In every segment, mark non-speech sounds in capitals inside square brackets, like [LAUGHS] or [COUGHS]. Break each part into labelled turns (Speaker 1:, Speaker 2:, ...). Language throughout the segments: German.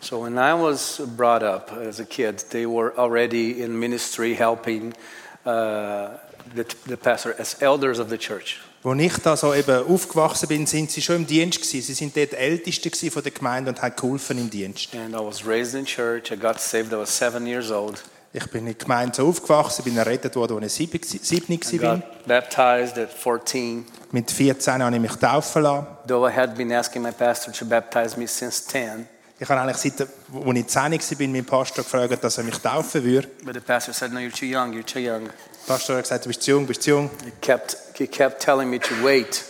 Speaker 1: So when I was brought up as a kid, they were already in ministry helping uh, the, the pastor as elders of the church.
Speaker 2: Als ich da so eben aufgewachsen bin, sind sie schon im Dienst gewesen. Sie sind dort die Ältesten gewesen von der Gemeinde und haben geholfen im Dienst.
Speaker 1: And I was raised in church. I got saved. I was seven years old.
Speaker 2: Ich bin in der Gemeinde so aufgewachsen, bin errettet worden, als ich sieben- sieben
Speaker 1: I
Speaker 2: war.
Speaker 1: got baptized at 14.
Speaker 2: Mit 14 habe ich mich taufen lassen.
Speaker 1: Though I had been asking my pastor to baptize me since 10,
Speaker 2: Ich habe eigentlich seit, als ich 10 war, bin, meinen Pastor gefragt, dass er mich taufen würde.
Speaker 1: but the pastor said, "No, you're too young. You're too young."
Speaker 2: Der Pastor hat gesagt, du bist zu jung, bist zu jung.
Speaker 1: He kept he kept telling me to wait.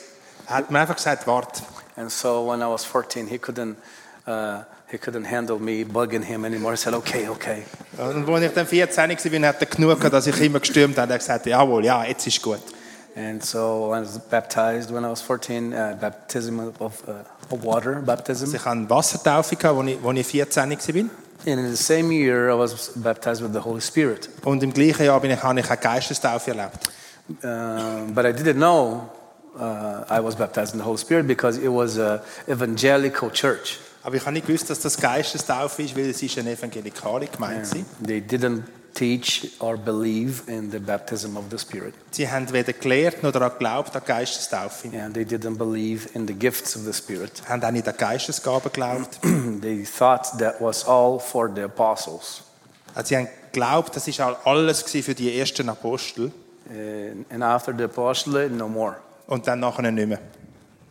Speaker 2: Er hat mir einfach gesagt, warte.
Speaker 1: And so when I was 14, he couldn't, uh, he couldn't handle me bugging him anymore. He said, okay, okay.
Speaker 2: Und als ich dann 14 war, hat er genug, gehabt, dass ich immer gestürmt habe. Er hat gesagt, jawohl, ja, jetzt ist gut.
Speaker 1: And so I was baptized when I was 14, uh, baptism of, of, uh, of water, baptism.
Speaker 2: Also ich hatte eine Wassertaufe, gehabt, als ich, als ich 14 war.
Speaker 1: And in the same year, I was baptized with the Holy Spirit.
Speaker 2: Und im gleichen Jahr bin ich, habe ich eine Geistestaufe erlebt.
Speaker 1: Um, but I didn't know uh, I was baptized in the Holy Spirit because it was an evangelical church.
Speaker 2: Aber ich habe nicht gewusst, dass das Geistestaufe ist, weil es ist eine evangelikale Gemeinde war.
Speaker 1: They didn't teach or believe in the baptism of the Spirit.
Speaker 2: Sie haben weder gelehrt noch daran geglaubt, an die Geistestaufe.
Speaker 1: And they didn't believe in the gifts of the Spirit. [CLEARS THROAT]
Speaker 2: Haben auch nicht an die Geistesgaben geglaubt.
Speaker 1: they thought that was all for the apostles.
Speaker 2: Also sie haben geglaubt, das ist all- alles gewesen für die ersten Apostel
Speaker 1: And, and after the apostolate, no more.
Speaker 2: und dann nachher nicht mehr.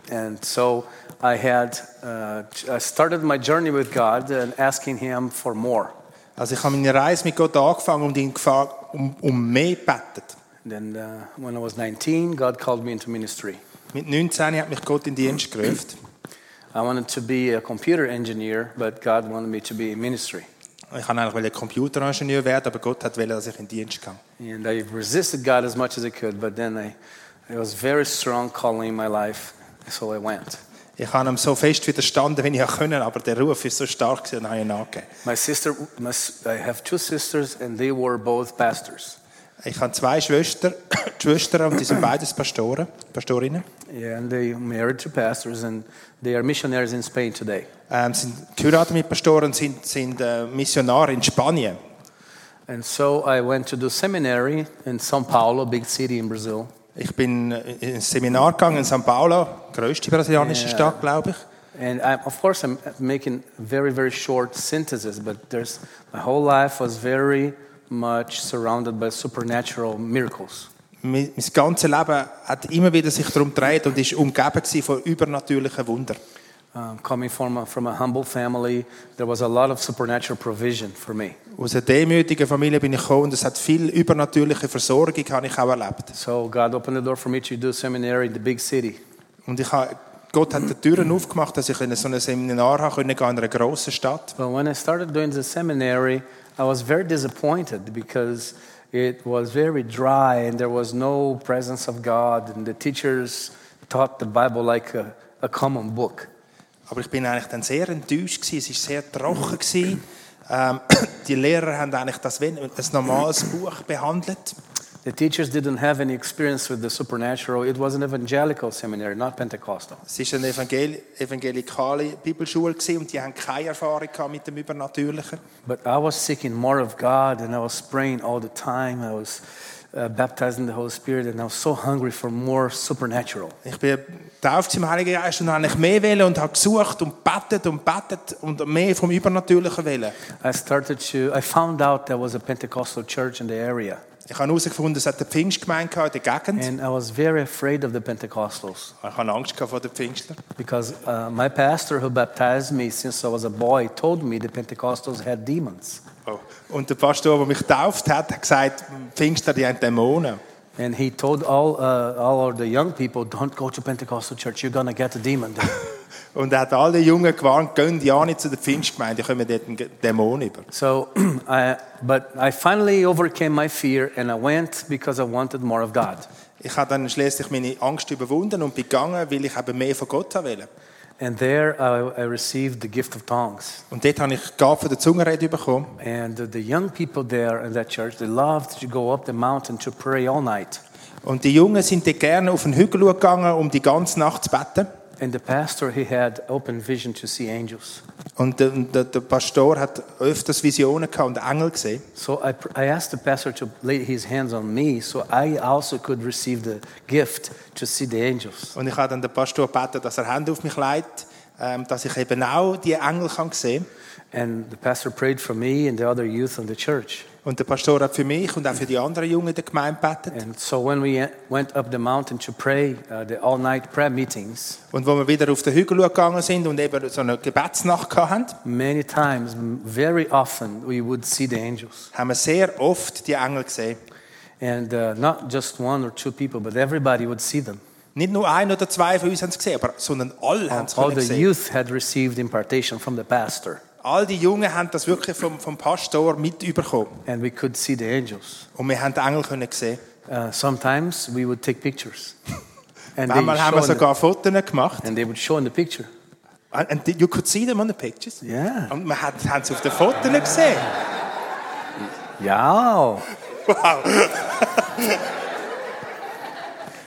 Speaker 1: And so I had, uh, I started my journey with God and asking Him for more.
Speaker 2: Also ich habe meine Reise mit Gott angefangen und ihn gefragt, um, um mehr gebetet.
Speaker 1: Then uh, when I was 19, God called me into ministry.
Speaker 2: Mit 19 hat mich Gott in den Dienst gerufen.
Speaker 1: I wanted to be a computer engineer, but God wanted me to be in ministry.
Speaker 2: Ich wollte eigentlich Computeringenieur werden, aber Gott hat wollen, dass ich in den Dienst gehe.
Speaker 1: And I resisted God as much as I could, but then I, it was very strong calling in my life, so I went.
Speaker 2: Ich habe ihm so fest widerstanden, wie ich konnte, aber der Ruf war so stark, gewesen, dann habe ich ihn angegeben.
Speaker 1: My sister, my, s- I have two sisters, and they were both pastors.
Speaker 2: Ich habe zwei [COUGHS] Schwestern, Schwestern und die sind beides Pastoren, Pastorinnen.
Speaker 1: Yeah, and they married to pastors, and they are missionaries in Spain today.
Speaker 2: Ähm, sind geheiratet mit Pastoren, sind, sind äh, Missionare in Spanien.
Speaker 1: And so I went to do seminary in São Paulo, a big city in Brazil.
Speaker 2: Ich bin äh, ins Seminar gegangen in São Paulo, größte brasilianische
Speaker 1: Ja.
Speaker 2: Stadt, glaube ich.
Speaker 1: And I, of course, I'm making very, very short synthesis, but there's my whole life was very much surrounded by supernatural miracles.
Speaker 2: Mein mein ganzes Leben hat immer wieder sich darum gedreht und ist umgeben gewesen von übernatürlichen Wundern.
Speaker 1: Um, coming from a, from a humble family, there was a lot of supernatural provision for me.
Speaker 2: Aus einer demütigen Familie bin ich gekommen und es hat viel übernatürliche Versorgung habe ich auch erlebt.
Speaker 1: So God opened the door for me to do seminary in the big city.
Speaker 2: Und ich habe, Gott hat die Türen aufgemacht, dass ich in so ein Seminar haben konnte, in einer grossen Stadt.
Speaker 1: But when I started doing the seminary, I was very disappointed because it was very dry and there was no presence of God, and the teachers taught the Bible like a, a common book.
Speaker 2: Aber ich bin eigentlich dann sehr enttäuscht gewesen. Es war sehr trocken gewesen. Ähm, [COUGHS] die Lehrer haben eigentlich das wie ein normales Buch behandelt.
Speaker 1: The teachers didn't have any experience with the supernatural. It was an evangelical seminary, not Pentecostal.
Speaker 2: Es war eine evangel evangelikale Bibelschule gewesen und die haben keine Erfahrung gehabt mit dem Übernatürlichen.
Speaker 1: But I was seeking more of God and I was praying all the time. I was uh, baptized in the Holy Spirit and I was so hungry for more supernatural.
Speaker 2: Ich bin getauft im Heiligen Geist und habe eigentlich mehr wollen und habe gesucht und betet und betet und mehr vom Übernatürlichen wollen.
Speaker 1: I started to, I found out there was a Pentecostal church in the area.
Speaker 2: Ich habe herausgefunden, es hat eine Pfingstgemeinde gehabt in der Gegend.
Speaker 1: And I was very afraid of the Pentecostals
Speaker 2: Ich habe Angst gehabt vor den Pfingstler.
Speaker 1: because uh, my pastor, who baptized me since I was a boy, told me the Pentecostals had demons.
Speaker 2: Oh. Und der Pastor, der mich getauft hat, hat gesagt, Pfingstler, die haben Dämonen.
Speaker 1: And he told all, uh, all of the young people, don't go to Pentecostal church, you're going to get a demon. there."
Speaker 2: Und er hat alle Jungen gewarnt, gehen ja nicht zu der Pfingstgemeinde, die kommen dort einen Dämon über.
Speaker 1: so, [CLEARS THROAT] I, but I finally overcame my fear and I went because I wanted more of God.
Speaker 2: Ich habe dann schließlich meine Angst überwunden und bin gegangen, weil ich eben mehr von Gott haben wollte.
Speaker 1: And there I, I received the gift of tongues.
Speaker 2: Und dort habe ich die Gabe von der Zungenrede bekommen.
Speaker 1: And the, the young people there in that church, they loved to go up the mountain to pray all night.
Speaker 2: Und die Jungen sind dort gerne auf den Hügel gegangen, um die ganze Nacht zu beten.
Speaker 1: And the pastor, he had open vision to see angels.
Speaker 2: Und der, der, der Pastor hat öfters Visionen gehabt und Engel gesehen.
Speaker 1: So I, pr- I asked the pastor to lay his hands on me so I also could receive the gift to see the angels.
Speaker 2: Und ich habe dann den Pastor gebeten, dass er Hände auf mich legt, ähm, dass ich eben auch die Engel kann sehen
Speaker 1: And the pastor prayed for me and the other youth in the church.
Speaker 2: Und der Pastor hat für mich und auch für die anderen Jungen in der Gemeinde gebetet.
Speaker 1: And so when we eh, went up the mountain to pray, uh, the all night prayer meetings,
Speaker 2: Und wo wir wieder auf den Hügel gegangen sind und eben so eine Gebetsnacht hatten,
Speaker 1: many times, m- very often, we would see the angels.
Speaker 2: haben wir sehr oft die Engel gesehen.
Speaker 1: And uh, not just one or two people, but everybody would see them.
Speaker 2: Nicht nur ein oder zwei von uns haben es gesehen, aber, sondern alle haben es
Speaker 1: All
Speaker 2: können
Speaker 1: the
Speaker 2: gesehen.
Speaker 1: youth had received impartation from the pastor,
Speaker 2: All die Jungen haben das wirklich vom, vom Pastor mitbekommen.
Speaker 1: and we could see the angels.
Speaker 2: Und wir haben die Engel können sehen.
Speaker 1: Uh, sometimes we would take pictures, and they, would
Speaker 2: Manchmal haben wir
Speaker 1: show in the,
Speaker 2: sogar Fotos gemacht.
Speaker 1: and they would show in the picture.
Speaker 2: And, and you could see them on the pictures.
Speaker 1: Yeah.
Speaker 2: Und wir haben, haben es auf den Fotos gesehen.
Speaker 1: Yeah.
Speaker 2: Wow.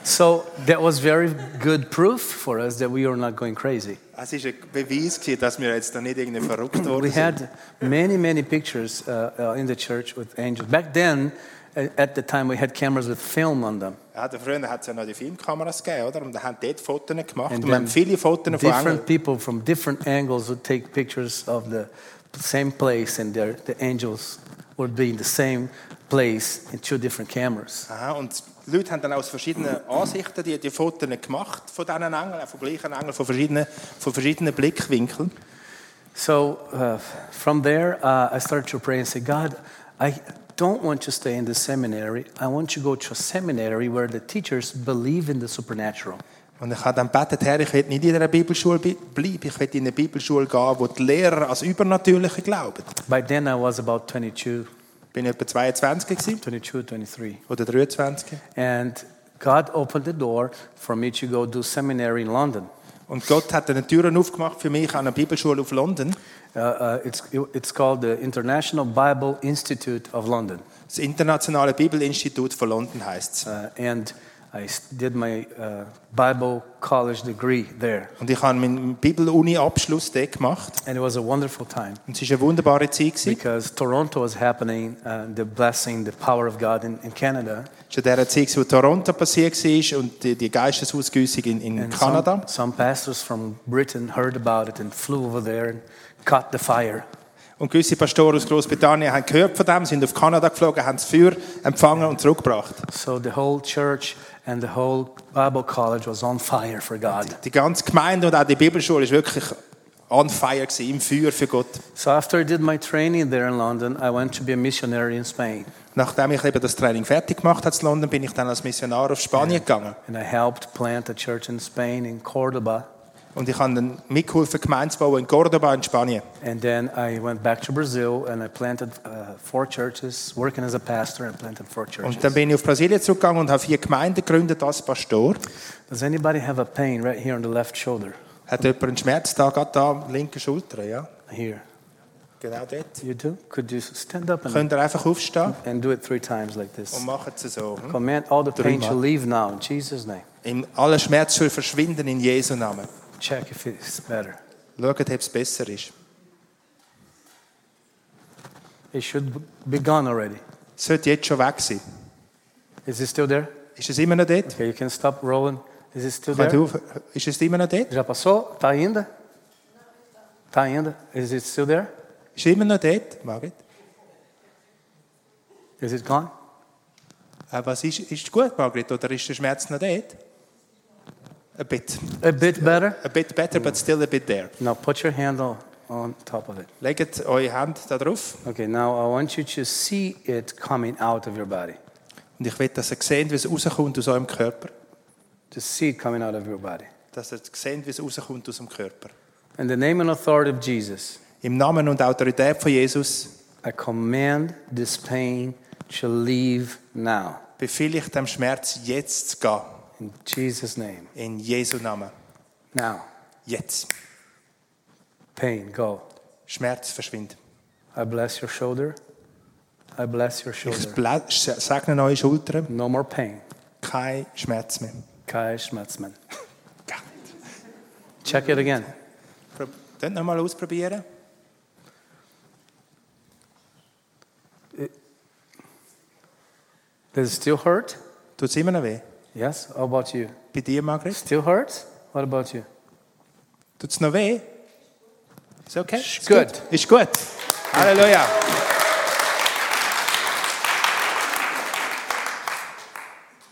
Speaker 1: So that was very good proof for us that we are not going crazy.
Speaker 2: Es war ein Beweis, gewesen, dass wir jetzt da nicht irgendwie verrückt
Speaker 1: We
Speaker 2: worden sind.
Speaker 1: had many, many pictures uh, uh, in the church with angels. Back then, a- at the time, we had cameras with film on them.
Speaker 2: Ja, der Freunde hat es ja noch die Filmkameras gegeben, oder? Und da haben dort Fotos gemacht.
Speaker 1: And
Speaker 2: Und wir haben
Speaker 1: then
Speaker 2: viele Fotos von Engeln.
Speaker 1: Different people from different angles would take pictures of the same place, and their, the angels would be in the same place in two different cameras.
Speaker 2: Aha, und die Leute haben dann aus verschiedenen Ansichten die, die Fotos gemacht von diesen Engeln, auch von gleichen Engeln, von verschiedenen, von verschiedenen Blickwinkeln.
Speaker 1: So uh, from there, uh, I started to pray and say, God, I don't want to stay in the seminary. I want to go to a seminary where the teachers believe in the supernatural.
Speaker 2: Und ich habe dann gebetet, Herr, ich will nicht in einer Bibelschule bi- bleiben, ich will in eine Bibelschule gehen, wo die Lehrer als Übernatürliche glauben.
Speaker 1: By then, I was about 22,
Speaker 2: Ich war etwa 22 gewesen,
Speaker 1: 22, 23.
Speaker 2: oder 23.
Speaker 1: And God opened the door for me to go do seminary in London.
Speaker 2: Und Gott hat dann eine Tür aufgemacht für mich an einer Bibelschule auf London,
Speaker 1: Uh, uh, it's, it's called the International Bible Institute of London.
Speaker 2: das Internationale Bibelinstitut von London heisst es.
Speaker 1: Uh, and I s- did my uh, Bible college degree there.
Speaker 2: Und ich habe meinen Bibeluni-Abschluss dort gemacht.
Speaker 1: And it was a wonderful time
Speaker 2: Und es war eine wunderbare Zeit. gewesen.
Speaker 1: because Toronto was happening, uh, the blessing, the power of God in, in Canada.
Speaker 2: Schon der Zeit, wo Toronto passiert war und die, die Geistesausgüssung in, in
Speaker 1: And
Speaker 2: Kanada.
Speaker 1: Some, some pastors from Britain heard about it and flew over there and caught the fire.
Speaker 2: Und gewisse Pastoren aus Großbritannien haben gehört von dem, sind auf Kanada geflogen, haben das Feuer empfangen und zurückgebracht.
Speaker 1: So the whole church and the whole Bible college was on fire for God.
Speaker 2: Die ganze Gemeinde und auch die Bibelschule war wirklich on fire, gewesen, im Feuer für Gott.
Speaker 1: So after I did my training there in London, I went to be a missionary in Spain.
Speaker 2: Nachdem ich eben das Training fertig gemacht habe in London, bin ich dann als Missionar auf Spanien gegangen.
Speaker 1: And I helped plant a church in Spain, in Cordoba.
Speaker 2: Und ich habe dann mitgeholfen, Gemeinde zu bauen in Cordoba in Spanien.
Speaker 1: And then I went back to Brazil and I planted uh, four churches, working as a pastor and planted four
Speaker 2: Und dann
Speaker 1: churches.
Speaker 2: bin ich auf Brasilien zurückgegangen und habe vier Gemeinden gegründet als Pastor.
Speaker 1: Does anybody have a pain right here on the left shoulder?
Speaker 2: Hat jemand einen Schmerz da, gerade da, am linken Schulter, ja?
Speaker 1: Here.
Speaker 2: Genau dort.
Speaker 1: You do? Could you stand up and,
Speaker 2: Könnt ihr einfach aufstehen
Speaker 1: and do it three times like this?
Speaker 2: und machen es so. hm?
Speaker 1: Command all the pain to
Speaker 2: Dreimal.
Speaker 1: leave now in Jesus' name.
Speaker 2: In alle Schmerz soll verschwinden in Jesu Namen.
Speaker 1: Check if it's better.
Speaker 2: Schaut, ob es besser ist.
Speaker 1: It should be gone already.
Speaker 2: Es sollte jetzt schon weg sein.
Speaker 1: Is it still there?
Speaker 2: Ist es immer noch dort?
Speaker 1: Okay, you can stop rolling. Is it still
Speaker 2: Könnt
Speaker 1: there?
Speaker 2: ihr auf- Ist es immer noch dort?
Speaker 1: Já passou? Tá ainda? Tá ainda? Is it still there?
Speaker 2: Ist es immer noch dort? Margit?
Speaker 1: Is it gone?
Speaker 2: Äh, was ist, ist es gut, Margit? Oder ist der Schmerz noch dort? A bit.
Speaker 1: A bit better?
Speaker 2: A bit better, but still a bit there.
Speaker 1: Now put your hand on, on top of it.
Speaker 2: Legt eure Hand da drauf.
Speaker 1: Okay, now I want you to see it coming out of your body.
Speaker 2: Und ich will, dass ihr seht, wie es rauskommt aus eurem Körper.
Speaker 1: To see it coming out of your body.
Speaker 2: Dass ihr seht, wie es rauskommt aus dem Körper.
Speaker 1: In the name and authority of Jesus,
Speaker 2: Im Namen und Autorität von Jesus
Speaker 1: I command this pain to leave now.
Speaker 2: befehle ich dem Schmerz jetzt zu gehen.
Speaker 1: In Jesus' name.
Speaker 2: In Jesu Namen.
Speaker 1: Now,
Speaker 2: Jetzt.
Speaker 1: pain, go.
Speaker 2: Schmerz verschwindet.
Speaker 1: I bless your shoulder. I bless your
Speaker 2: Ich
Speaker 1: shoulder.
Speaker 2: blä- s- segne eure Schultern.
Speaker 1: No more pain.
Speaker 2: Kein Schmerz mehr.
Speaker 1: Kai Schmetzmann.
Speaker 2: Gar nicht.
Speaker 1: Check it again.
Speaker 2: Prob- Dann noch mal ausprobieren.
Speaker 1: Does it still hurt?
Speaker 2: Tut es immer noch weh?
Speaker 1: Yes. How about you?
Speaker 2: Bei dir, Margret?
Speaker 1: Still hurts? What about you?
Speaker 2: Tut es noch weh? Ist okay?
Speaker 1: Ist
Speaker 2: Ist
Speaker 1: gut.
Speaker 2: Ist gut. Halleluja.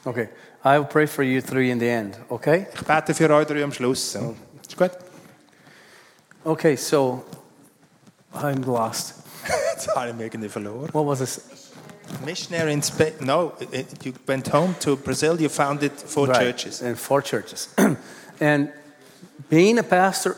Speaker 1: Okay. I'll pray for you three in the end. Okay?
Speaker 2: Ich bete für euch drei am Schluss. Ist gut?
Speaker 1: Okay, so I'm lost.
Speaker 2: Jetzt habe ich mich irgendwie verloren.
Speaker 1: What was this?
Speaker 2: Missionary in Spain. No, it- you went home to Brazil. You founded four
Speaker 1: Right,
Speaker 2: churches.
Speaker 1: And four churches. [CLEARS THROAT] and being a pastor,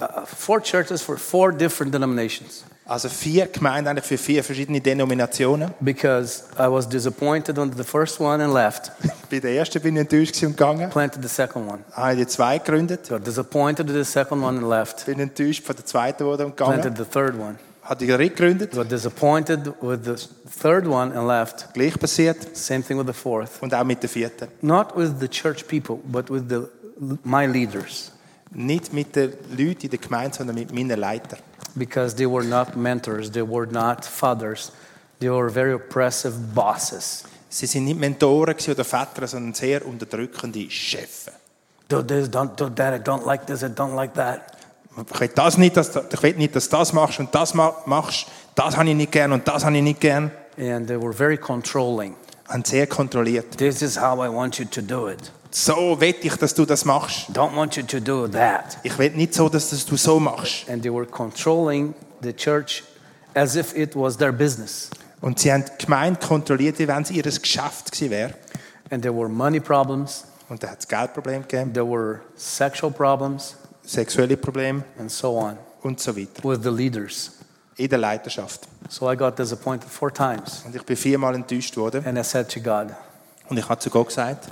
Speaker 1: uh, four churches for four different denominations.
Speaker 2: Also vier Gemeinden eigentlich für vier verschiedene Denominationen.
Speaker 1: Because I was disappointed on the first one and left.
Speaker 2: Bei der ersten bin ich enttäuscht gewesen und gegangen.
Speaker 1: Planted the second one.
Speaker 2: Habe die zwei gegründet.
Speaker 1: Got disappointed with the second one and left.
Speaker 2: Bin enttäuscht von der zweiten wurde und gegangen.
Speaker 1: Planted the third one.
Speaker 2: Habe die dritte gegründet.
Speaker 1: Got disappointed with the third one and left.
Speaker 2: Gleich passiert.
Speaker 1: Same thing with the fourth.
Speaker 2: Und auch mit der vierten.
Speaker 1: Not with the church people, but with the, my leaders.
Speaker 2: Nicht mit den Leuten in der Gemeinde, sondern mit meinen Leitern.
Speaker 1: because they were not mentors, they were not fathers, they were very oppressive bosses.
Speaker 2: Sie sind nicht Mentoren gewesen oder Väter, sondern sehr unterdrückende Chefs.
Speaker 1: Do this, don't do that, I don't like this, I don't like that.
Speaker 2: Ich will, das nicht, dass, du- ich will nicht, dass du das machst und das ma- machst. Das habe ich nicht gern und das habe ich nicht gern.
Speaker 1: And they were very controlling.
Speaker 2: Und sehr kontrolliert.
Speaker 1: This is how I want you to do it.
Speaker 2: So will ich, dass du das machst.
Speaker 1: Don't want you to do that.
Speaker 2: Ich will nicht so, dass das du so machst.
Speaker 1: And they were controlling the church as if it was their business.
Speaker 2: Und sie haben die Gemeinde kontrolliert, wie wenn es ihr Geschäft gewesen wäre.
Speaker 1: And there were money problems,
Speaker 2: Und da hat es Geldprobleme gegeben,
Speaker 1: there were sexual problems,
Speaker 2: sexuelle Probleme
Speaker 1: and so on
Speaker 2: und so weiter.
Speaker 1: with the leaders.
Speaker 2: In der Leiterschaft.
Speaker 1: So I got disappointed four times.
Speaker 2: Und ich bin viermal enttäuscht worden.
Speaker 1: And I said to God,
Speaker 2: Und ich habe zu Gott gesagt,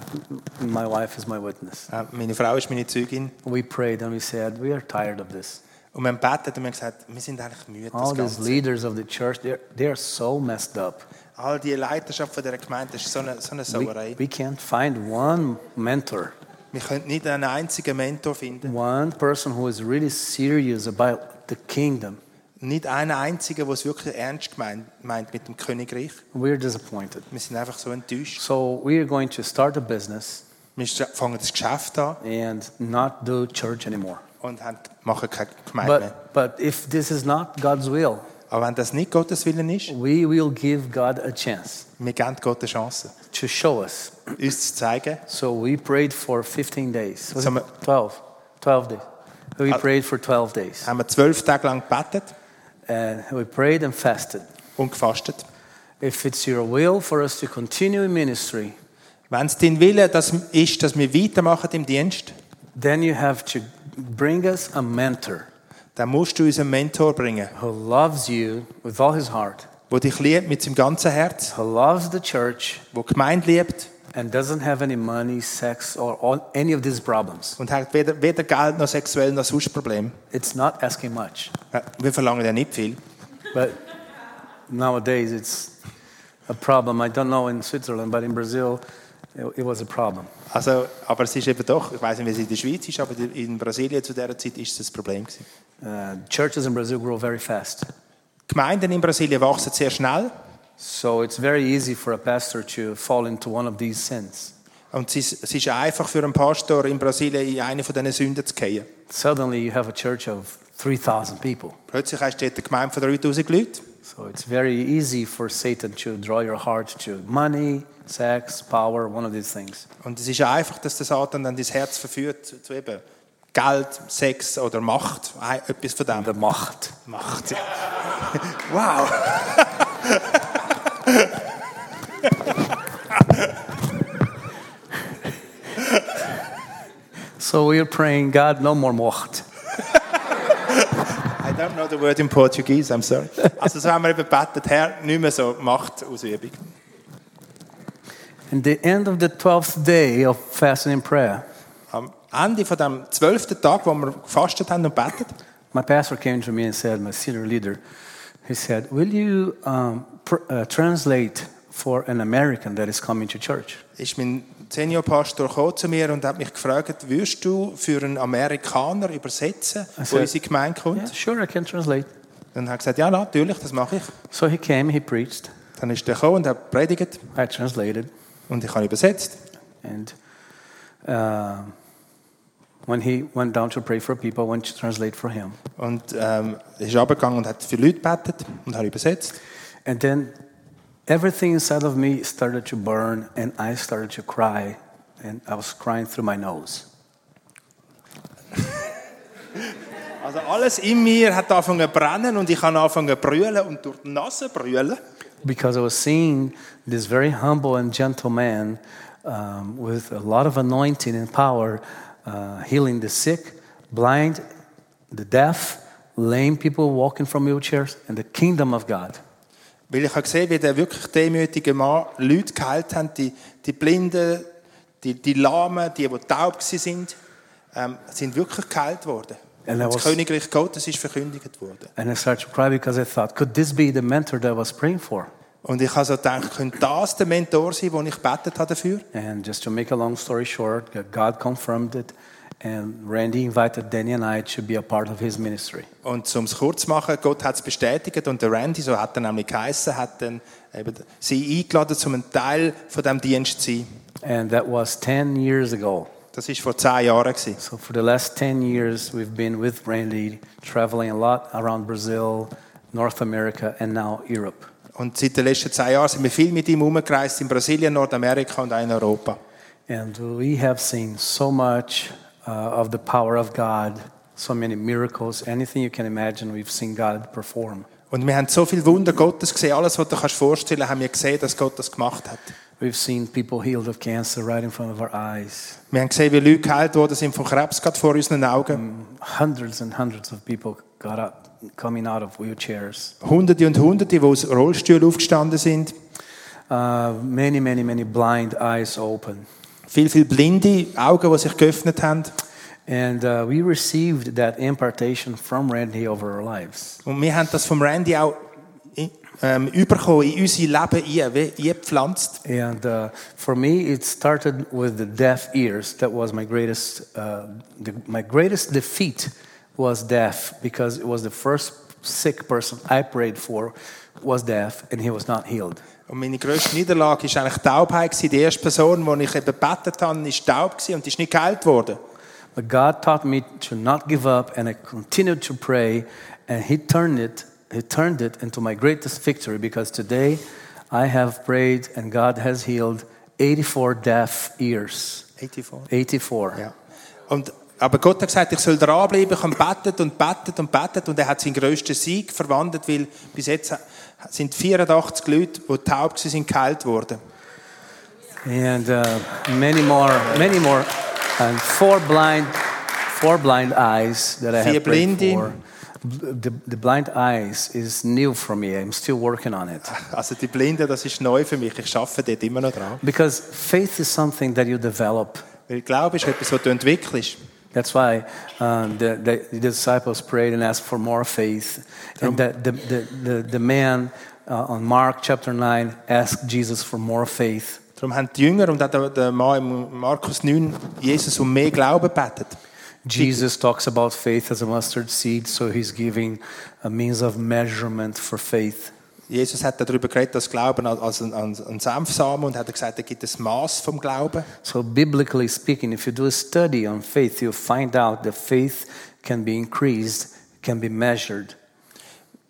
Speaker 1: My wife is my witness.
Speaker 2: äh, meine Frau ist meine Zeugin.
Speaker 1: we prayed and we said, we are tired of this.
Speaker 2: Und wir haben gebetet und wir haben gesagt, wir sind eigentlich müde.
Speaker 1: All these
Speaker 2: Das Ganze.
Speaker 1: leaders of the church, they're, they're so messed up.
Speaker 2: All die Leiterschaft von dieser Gemeinde das ist so eine, so eine
Speaker 1: We,
Speaker 2: Sauerei.
Speaker 1: we can't find one mentor,
Speaker 2: Wir können nicht einen einzigen Mentor finden.
Speaker 1: one person who is really serious about the kingdom.
Speaker 2: Nicht einen einzigen, der es wirklich ernst gemeint meint mit dem Königreich.
Speaker 1: We're disappointed.
Speaker 2: Wir sind einfach so enttäuscht.
Speaker 1: So we are going to start a business
Speaker 2: Wir fangen das Geschäft an
Speaker 1: and not do church anymore.
Speaker 2: und haben- machen keine Gemeinde mehr.
Speaker 1: But, but if this is not God's will,
Speaker 2: Aber wenn das nicht Gottes Willen ist,
Speaker 1: we will give God a chance
Speaker 2: wir geben Gott eine Chance,
Speaker 1: to show us.
Speaker 2: uns zu zeigen.
Speaker 1: So we prayed for 15 days. Was it
Speaker 2: Some-
Speaker 1: 12. 12 days. We
Speaker 2: Uh,
Speaker 1: prayed for 12 days.
Speaker 2: Haben wir zwölf Tage lang gebetet
Speaker 1: And we prayed and fasted.
Speaker 2: und gefastet.
Speaker 1: If it's your will for us to continue in ministry,
Speaker 2: Wenn es dein Wille das ist, dass wir weitermachen im Dienst,
Speaker 1: then you have to bring us a mentor
Speaker 2: dann musst du uns einen Mentor bringen,
Speaker 1: who loves you with all his heart,
Speaker 2: der dich liebt mit seinem ganzen Herz,
Speaker 1: who loves the church,
Speaker 2: der die Gemeinde liebt
Speaker 1: and doesn't have any money, sex, or all, any of these problems.
Speaker 2: und hat weder, weder Geld noch sexuell noch sonst Probleme.
Speaker 1: It's not asking much.
Speaker 2: Äh, Wir verlangen ja nicht viel.
Speaker 1: But nowadays, it's a problem. I don't know in Switzerland, but in Brazil, it, it was a problem.
Speaker 2: Also, aber es ist eben doch, ich weiß nicht, wie es in der Schweiz ist, aber in Brasilien zu dieser Zeit ist es ein Problem. Gewesen.
Speaker 1: Uh, churches in Brazil grow very fast.
Speaker 2: Die Gemeinden in Brasilien wachsen sehr schnell
Speaker 1: So it's very easy for a pastor to fall into one of these sins.
Speaker 2: und es ist, es ist einfach für einen Pastor in Brasilien in eine von diesen Sünden zu gehen.
Speaker 1: Suddenly you have a church of 3,000 people.
Speaker 2: Plötzlich hast du dort eine Gemeinde von 3000 Leuten
Speaker 1: So it's very easy for Satan to draw your heart to money, sex, power, one of these things.
Speaker 2: und es ist einfach, dass der Satan dann dein Herz verführt zu, zu eben Geld, Sex oder Macht, Ein- etwas von dem.
Speaker 1: The Macht.
Speaker 2: Macht. ja. [LAUGHS] Wow.
Speaker 1: So we are praying, God, no more Macht.
Speaker 2: I don't know the word in Portuguese, I'm sorry. Also so haben wir eben gebetet, Herr, nicht mehr so Machtausübung.
Speaker 1: And the end of the 12th day of fasting and prayer,
Speaker 2: Am Ende von dem zwölften Tag, wo wir gefastet haben und betet,
Speaker 1: my pastor came to me and said, my senior leader, he said, Will you um, pr- uh, translate for an American that is coming to church.
Speaker 2: ist mein Seniorpastor gekommen zu mir und hat mich gefragt, würdest du für einen Amerikaner übersetzen,
Speaker 1: Also-
Speaker 2: wo unsere Gemeinde kommt?
Speaker 1: Yeah, sure, I can translate.
Speaker 2: Dann habe ich gesagt, ja, natürlich, das mache ich.
Speaker 1: So he came, he preached,
Speaker 2: Dann ist er gekommen und hat predigt
Speaker 1: I translated,
Speaker 2: und ich habe übersetzt.
Speaker 1: and uh, when he went down to pray for people, I went to translate for him.
Speaker 2: Und ähm, er ist runtergegangen und hat für Leute gebetet und habe übersetzt.
Speaker 1: And then everything inside of me started to burn, and I started to cry, and I was crying through my nose.
Speaker 2: Also alles in mir hat angefangen zu brennen und ich habe angefangen zu brüllen und durch die Nase zu brüllen.
Speaker 1: because I was seeing this very humble and gentle man um, with a lot of anointing and power, uh, healing the sick, blind, the deaf, lame people walking from wheelchairs, and the kingdom of God.
Speaker 2: Weil ich habe gesehen, wie der wirklich demütige Mann Leute geheilt hat, die, die Blinden, die, die Lahmen, die, die taub waren, ähm, sind wirklich geheilt worden.
Speaker 1: Ja,
Speaker 2: Und
Speaker 1: da
Speaker 2: das
Speaker 1: was-
Speaker 2: Königreich Gottes ist verkündigt worden.
Speaker 1: And I started to cry because I thought, could this be the mentor that I was praying for?
Speaker 2: Und ich habe so gedacht, könnte das der Mentor sein, den ich gebetet habe dafür?
Speaker 1: And just to make a long story short, God confirmed it, and Randy invited Danny and I to be a part of his ministry.
Speaker 2: Und um es kurz zu machen, Gott hat es bestätigt und der Randy, so hat er nämlich geheissen, hat dann eben sie eingeladen, um ein Teil von diesem Dienst zu sein.
Speaker 1: And that was 10 years ago.
Speaker 2: Das war vor zehn Jahren. gewesen.
Speaker 1: So for the last 10 years, we've been with Randy, traveling a lot around Brazil, North America, and now Europe.
Speaker 2: Und seit den letzten zehn Jahren sind wir viel mit ihm umgereist in Brasilien, Nordamerika und auch in Europa.
Speaker 1: And we have seen so much uh, of the power of God, so many miracles, anything you can imagine, we've seen God perform.
Speaker 2: Und wir haben so viele Wunder Gottes gesehen, alles, was du dir vorstellen kannst, haben wir gesehen, dass Gott das gemacht hat.
Speaker 1: We've seen people healed of cancer right in front of our eyes.
Speaker 2: Wir haben gesehen, wie Leute geheilt worden sind von Krebs, gerade vor unseren Augen.
Speaker 1: Hundreds and hundreds of people got up, coming out of wheelchairs.
Speaker 2: Hunderte und Hunderte, die aus Rollstühlen aufgestanden sind.
Speaker 1: Uh, many, many, many blind eyes open.
Speaker 2: Viel, viel blinde Augen, die sich geöffnet haben.
Speaker 1: And uh, we received that impartation from Randy over our lives.
Speaker 2: Und wir haben das vom Randy auch in- ähm, überkommen, in unser Leben ein, wie eingepflanzt.
Speaker 1: And uh, for me, it started with the deaf ears. That was my greatest, uh, the, my greatest defeat was deaf because it was the first sick person I prayed for was deaf and he was not healed.
Speaker 2: Und meine grösste Niederlage war eigentlich die Taubheit. gewesen. Die erste Person, die ich eben gebetet habe, war taub gewesen und ist nicht geheilt worden.
Speaker 1: But God taught me to not give up and I continued to pray and he turned it, he turned it into my greatest victory because today I have prayed and God has healed 84 deaf ears.
Speaker 2: 84.
Speaker 1: 84.
Speaker 2: Ja. Und, aber Gott hat gesagt, ich soll dranbleiben, ich habe betet und betet und betet und er hat seinen grössten Sieg verwandelt, weil bis jetzt sind 84 Leute, die taub waren, sind geheilt worden.
Speaker 1: and uh, many more, many more, and four blind, four blind eyes that I
Speaker 2: Vier
Speaker 1: have prayed
Speaker 2: blinden.
Speaker 1: for. The, the blind eyes is new for me. I'm still working on it
Speaker 2: Also die Blinden, das ist neu für mich, ich arbeite dort immer noch dran.
Speaker 1: because faith is something that you develop.
Speaker 2: Weil Glaube ist etwas, was du entwickelst.
Speaker 1: That's why uh, the, the disciples prayed and asked for more faith, and that the, the, the, the man uh, on Mark chapter nine asked Jesus for more faith.
Speaker 2: Darum haben die Jünger und auch der- der Mann im Markus 9 Jesus um mehr Glauben betet.
Speaker 1: Jesus talks about faith as a mustard seed, so he's giving a means of measurement for faith.
Speaker 2: Jesus hat darüber geredet, dass Glauben als- als ein, als ein Senfsamen und hat gesagt, er gibt das Maß vom Glauben.
Speaker 1: So, biblically speaking, if you do a study on faith, you'll find out that faith can be increased, can be measured.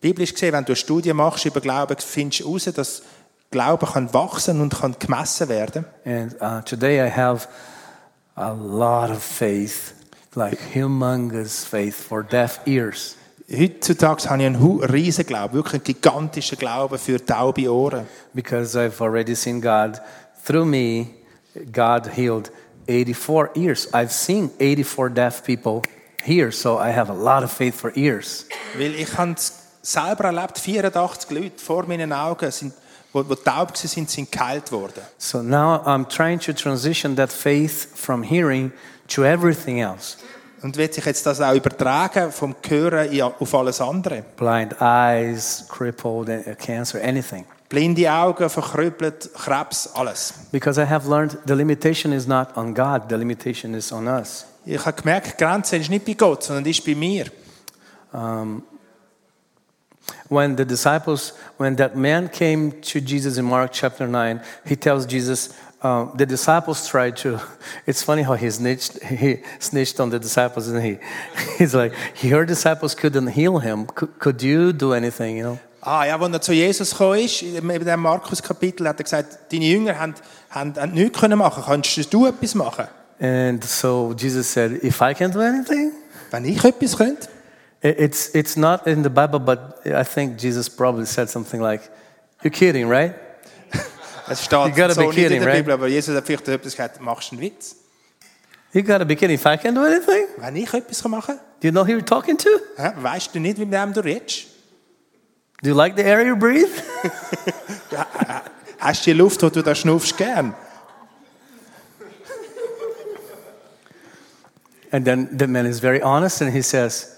Speaker 2: Biblisch gesehen, wenn du eine Studie machst über Glauben, findest du heraus, dass Glauben kann wachsen und kann gemessen werden.
Speaker 1: And uh, today I have a lot of faith, like humongous faith for deaf ears.
Speaker 2: Heutzutage habe ich einen hu- riesen Glauben, wirklich einen gigantischen Glauben für taube Ohren.
Speaker 1: because I've already seen God through me. God healed 84 ears. I've seen 84 deaf people here, so I have a lot of faith for ears.
Speaker 2: Weil ich habe es selber erlebt, 84 Leute vor meinen Augen, sind, die, die taub waren, sind geheilt worden.
Speaker 1: So now I'm trying to transition that faith from hearing to everything else
Speaker 2: Und wird sich jetzt das auch übertragen vom Hören in- auf alles andere?
Speaker 1: blind eyes, crippled, uh, cancer, anything.
Speaker 2: blinde Augen, verkrüppelt, Krebs, alles.
Speaker 1: Because I have learned the limitation is not on God, the limitation is on us.
Speaker 2: Ich habe gemerkt, die Grenze ist nicht bei Gott, sondern die ist bei mir.
Speaker 1: When the disciples, when that man came to Jesus in Mark chapter 9, he tells Jesus, uh, the disciples tried to. [LAUGHS] It's funny how he snitched, he snitched on the disciples, and he, [LAUGHS] he's like, your disciples couldn't heal him. Could, could you do anything? You know,
Speaker 2: Ah, ja, als er zu Jesus gekommen ist, in dem Markus-Kapitel, hat er gesagt, deine Jünger haben, haben, haben nichts können machen. Kannst du etwas machen?
Speaker 1: and so Jesus said, if I can do anything,
Speaker 2: Wenn ich etwas könnte?
Speaker 1: It- It's, it's not in the Bible, but I think Jesus probably said something like, You're kidding, right?
Speaker 2: Es
Speaker 1: You
Speaker 2: steht
Speaker 1: gotta
Speaker 2: so
Speaker 1: be
Speaker 2: nicht
Speaker 1: kidding,
Speaker 2: in der
Speaker 1: right?
Speaker 2: Bibel, aber Jesus hat vielleicht etwas gesagt, machst du einen Witz?
Speaker 1: You gotta be kidding. If I can do anything,
Speaker 2: Wenn ich etwas machen kann,
Speaker 1: do you know who you're talking to?
Speaker 2: hä, weisst du nicht, mit wem du redest?
Speaker 1: Do you like the air you breathe?
Speaker 2: Hast du die Luft, die du da schnuffst, gern?
Speaker 1: And then the man is very honest and he says,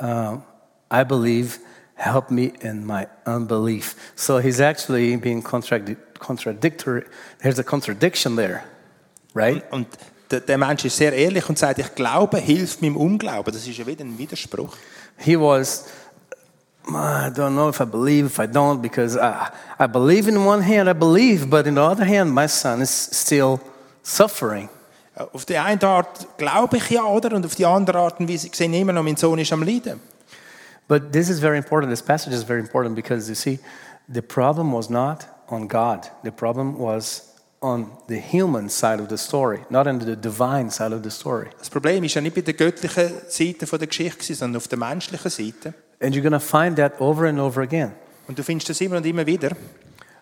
Speaker 1: um, I believe, help me in my unbelief. So he's actually being contradic contradictory. There's a contradiction there, right?
Speaker 2: Und der, der Mensch ist sehr ehrlich und sagt, ich glaube, hilf meinem Unglauben. Das ist ja wieder ein Widerspruch.
Speaker 1: He was, "Mm, I don't know if I believe, if I don't, because I, I believe in one hand, I believe, but in the other hand, my son is still suffering.
Speaker 2: Äh, Auf die eine Art glaube ich ja, oder? Und auf die andere Art und Weise sehe ich immer noch, mein Sohn ist am Leiden.
Speaker 1: But this is very important. This passage is very important because you see, the problem was not on God, the problem was on the human side of the story, not on the divine side of the story.
Speaker 2: Das Problem ist ja nicht bei der göttlichen Seite von der Geschichte, gewesen, sondern auf der menschlichen Seite.
Speaker 1: And you're going to find that over and over again.
Speaker 2: Und du findest das immer und immer wieder.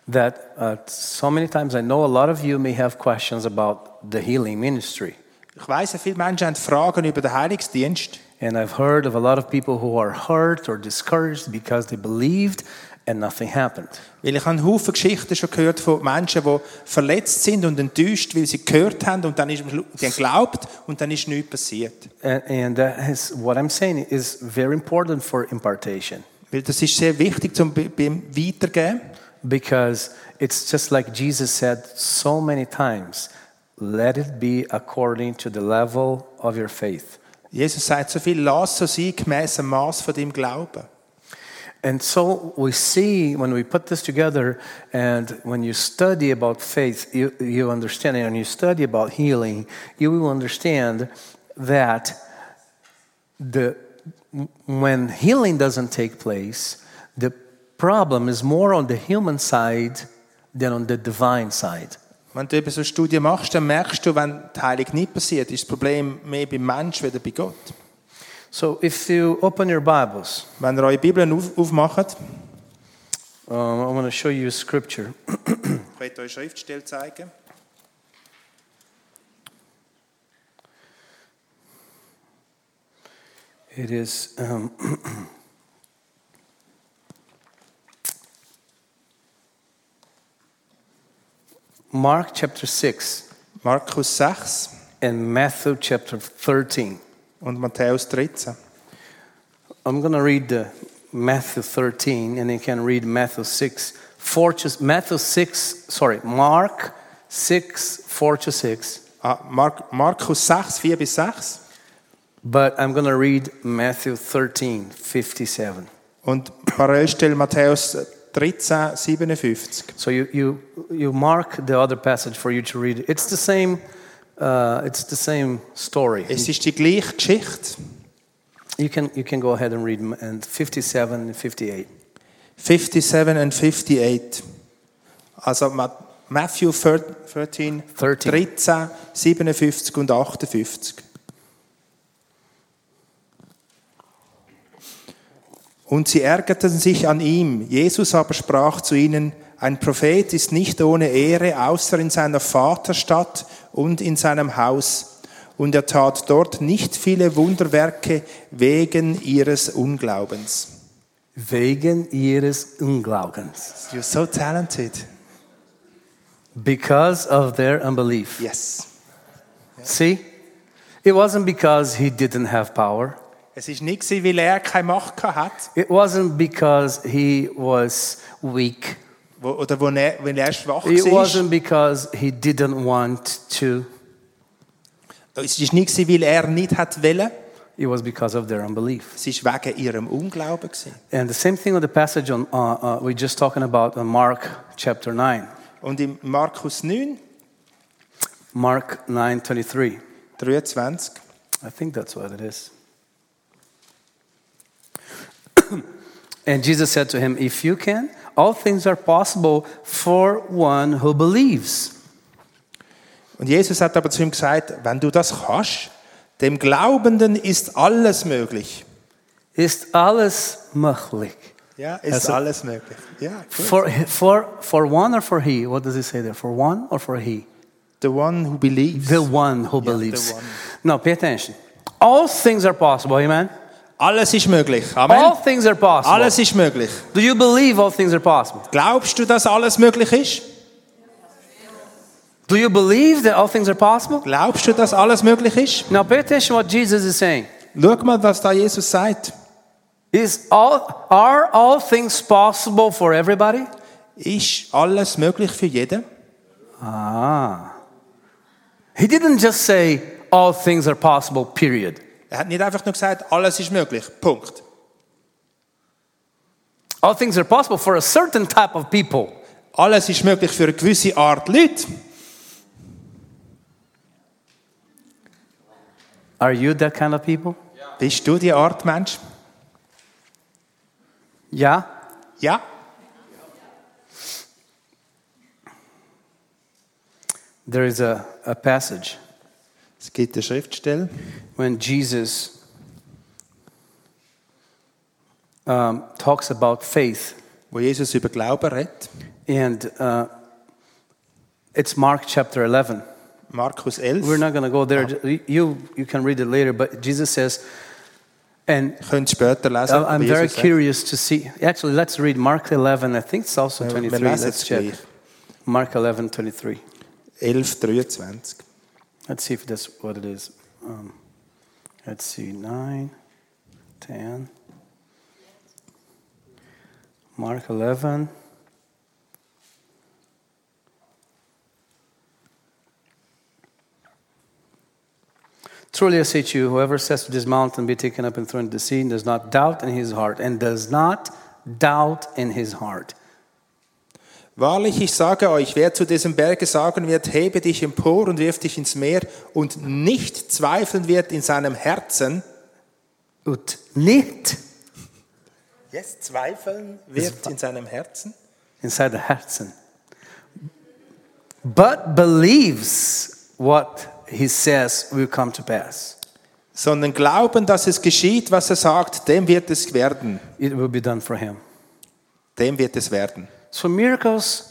Speaker 1: That uh, so many times I know a lot of you may have questions about the healing ministry.
Speaker 2: Ich weiss, ja, viele Menschen haben Fragen über den Heilungsdienst.
Speaker 1: And I've heard of a lot of people who are hurt or discouraged because they believed and nothing happened.
Speaker 2: Weil ich habe einen Haufen Geschichten schon gehört von Menschen, die verletzt sind und enttäuscht, weil sie gehört haben und dann ist, am Schlu- die haben geglaubt und dann ist nichts passiert.
Speaker 1: And, and that is, what I'm saying is very important for impartation
Speaker 2: Weil das ist sehr wichtig zum be- beim Weitergeben.
Speaker 1: because it's just like Jesus said so many times let it be according to the level of your faith.
Speaker 2: Jesus sagt so viel, lass so sein, gemäss dem Maß von deinem Glauben.
Speaker 1: And so we see when we put this together and when you study about faith, you, you understand it, and you study about healing, you will understand that the, when healing doesn't take place, the problem is more on the human side than on the divine side.
Speaker 2: Wenn du eben so eine Studie machst, dann merkst du, wenn die Heilung nicht passiert, ist das Problem mehr beim Mensch als bei Gott.
Speaker 1: So if you open your Bibles,
Speaker 2: Wenn ihr eure Bibeln auf aufmacht,
Speaker 1: um, I want to show you a scripture.
Speaker 2: ich werde euch Schriftstelle zeigen.
Speaker 1: It is um, [CLEARS THROAT] Mark chapter 6
Speaker 2: Markus 6
Speaker 1: and Matthew chapter 13.
Speaker 2: und Matthäus 13.
Speaker 1: I'm going to read the Matthew 13 and you can read Matthew 6, 4 to, Matthew 6, sorry, Mark 6, 4 to 6.
Speaker 2: Ah, Mark, Markus 6, 4 bis 6
Speaker 1: But I'm going to read Matthew 13, 57.
Speaker 2: und Parallelstelle Matthäus 13, 57.
Speaker 1: So you, you, you mark the other passage for you to read. It's the same, uh, it's the same story.
Speaker 2: Es ist die gleiche Geschichte.
Speaker 1: You can, you can go ahead and read m- and 57 and 58.
Speaker 2: 57 and 58. Also Ma- Matthew 13,
Speaker 1: 13.
Speaker 2: 13, 57 und 58. Und sie ärgerten sich an ihm. Jesus aber sprach zu ihnen, ein Prophet ist nicht ohne Ehre, außer in seiner Vaterstadt und in seinem Haus. Und er tat dort nicht viele Wunderwerke wegen ihres Unglaubens.
Speaker 1: Wegen ihres Unglaubens.
Speaker 2: You're so talented.
Speaker 1: Because of their unbelief.
Speaker 2: Yes.
Speaker 1: See? It wasn't because he didn't have power.
Speaker 2: Es ist nicht, gewesen, weil er keine Macht hatte
Speaker 1: It wasn't because he was weak.
Speaker 2: wo- oder wo er, weil er schwach
Speaker 1: It
Speaker 2: war.
Speaker 1: wasn't because he didn't want to.
Speaker 2: Es ist nicht, gewesen, weil er nicht hat wollte.
Speaker 1: It was because of their unbelief.
Speaker 2: Es ist wegen ihrem Unglauben. Gewesen.
Speaker 1: And the same thing with the passage on, uh, uh, we just talking about on Mark chapter 9.
Speaker 2: Und in Markus 9,
Speaker 1: Mark 9:23.
Speaker 2: 23,
Speaker 1: I think that's what it is. [CLEARS THROAT] and Jesus said to him, "If you can, all things are possible for one who believes."
Speaker 2: Und Jesus hat aber zu ihm gesagt, wenn du das kannst, dem Glaubenden ist alles möglich.
Speaker 1: Ist alles möglich?
Speaker 2: Ja, ist
Speaker 1: Also-
Speaker 2: alles möglich. Ja, gut.
Speaker 1: For, for, for one or for he? What does it say there? For one or for he?
Speaker 2: The one who believes.
Speaker 1: The one who believes.
Speaker 2: one.
Speaker 1: Now, pay attention. All things are possible, amen?
Speaker 2: Alles ist möglich.
Speaker 1: All
Speaker 2: Amen.
Speaker 1: things are possible.
Speaker 2: Alles ist möglich.
Speaker 1: Do you believe all things are possible?
Speaker 2: Glaubst du, dass alles möglich ist?
Speaker 1: Do you believe that all things are possible?
Speaker 2: Glaubst du, dass alles möglich ist?
Speaker 1: Now, pay attention what Jesus is saying.
Speaker 2: Schau mal, was da Jesus sagt.
Speaker 1: Is all, are all things possible for everybody?
Speaker 2: Ist alles möglich für jeden?
Speaker 1: Ah. He didn't just say all things are possible, period.
Speaker 2: Er hat nicht einfach nur gesagt, alles ist möglich. Punkt.
Speaker 1: All things are possible for a certain type of people.
Speaker 2: Alles ist möglich für eine gewisse Art Leute.
Speaker 1: Are you that kind of people?
Speaker 2: Bist du die Art Mensch?
Speaker 1: Yeah?
Speaker 2: Ja.
Speaker 1: There is a, a passage
Speaker 2: Es gibt eine Schriftstelle.
Speaker 1: when Jesus um, talks about faith,
Speaker 2: wo Jesus über Glauben redet.
Speaker 1: and uh, it's Mark chapter 11.
Speaker 2: Markus 11.
Speaker 1: We're
Speaker 2: Ihr
Speaker 1: not going to go there. You, you can read it later, but Jesus says, and
Speaker 2: könnt es später lesen.
Speaker 1: I'm-
Speaker 2: aber
Speaker 1: I'm
Speaker 2: Jesus
Speaker 1: very
Speaker 2: sagt-
Speaker 1: curious to see. Actually, let's read Mark 11. I think it's also
Speaker 2: Wir- wir
Speaker 1: 23.
Speaker 2: lesen
Speaker 1: Let's
Speaker 2: es
Speaker 1: check.
Speaker 2: gleich.
Speaker 1: Mark 11, 23.
Speaker 2: 11, 23.
Speaker 1: Let's see if that's what it is. Um, let's see, 9, 10, Mark 11. Truly I say to you, whoever says to this mountain, be taken up and thrown into the sea, and does not doubt in his heart, and does not doubt in his heart.
Speaker 2: Wahrlich, ich sage euch, wer zu diesem Berge sagen wird, hebe dich empor und wirf dich ins Meer und nicht zweifeln wird in seinem Herzen.
Speaker 1: Ut nicht
Speaker 2: Yes, zweifeln wird in seinem Herzen.
Speaker 1: inside the Herzen. But believes what he says will come to pass.
Speaker 2: Sondern glauben, dass es geschieht, was er sagt, dem wird es werden.
Speaker 1: It will be done for him.
Speaker 2: Dem wird es werden.
Speaker 1: So miracles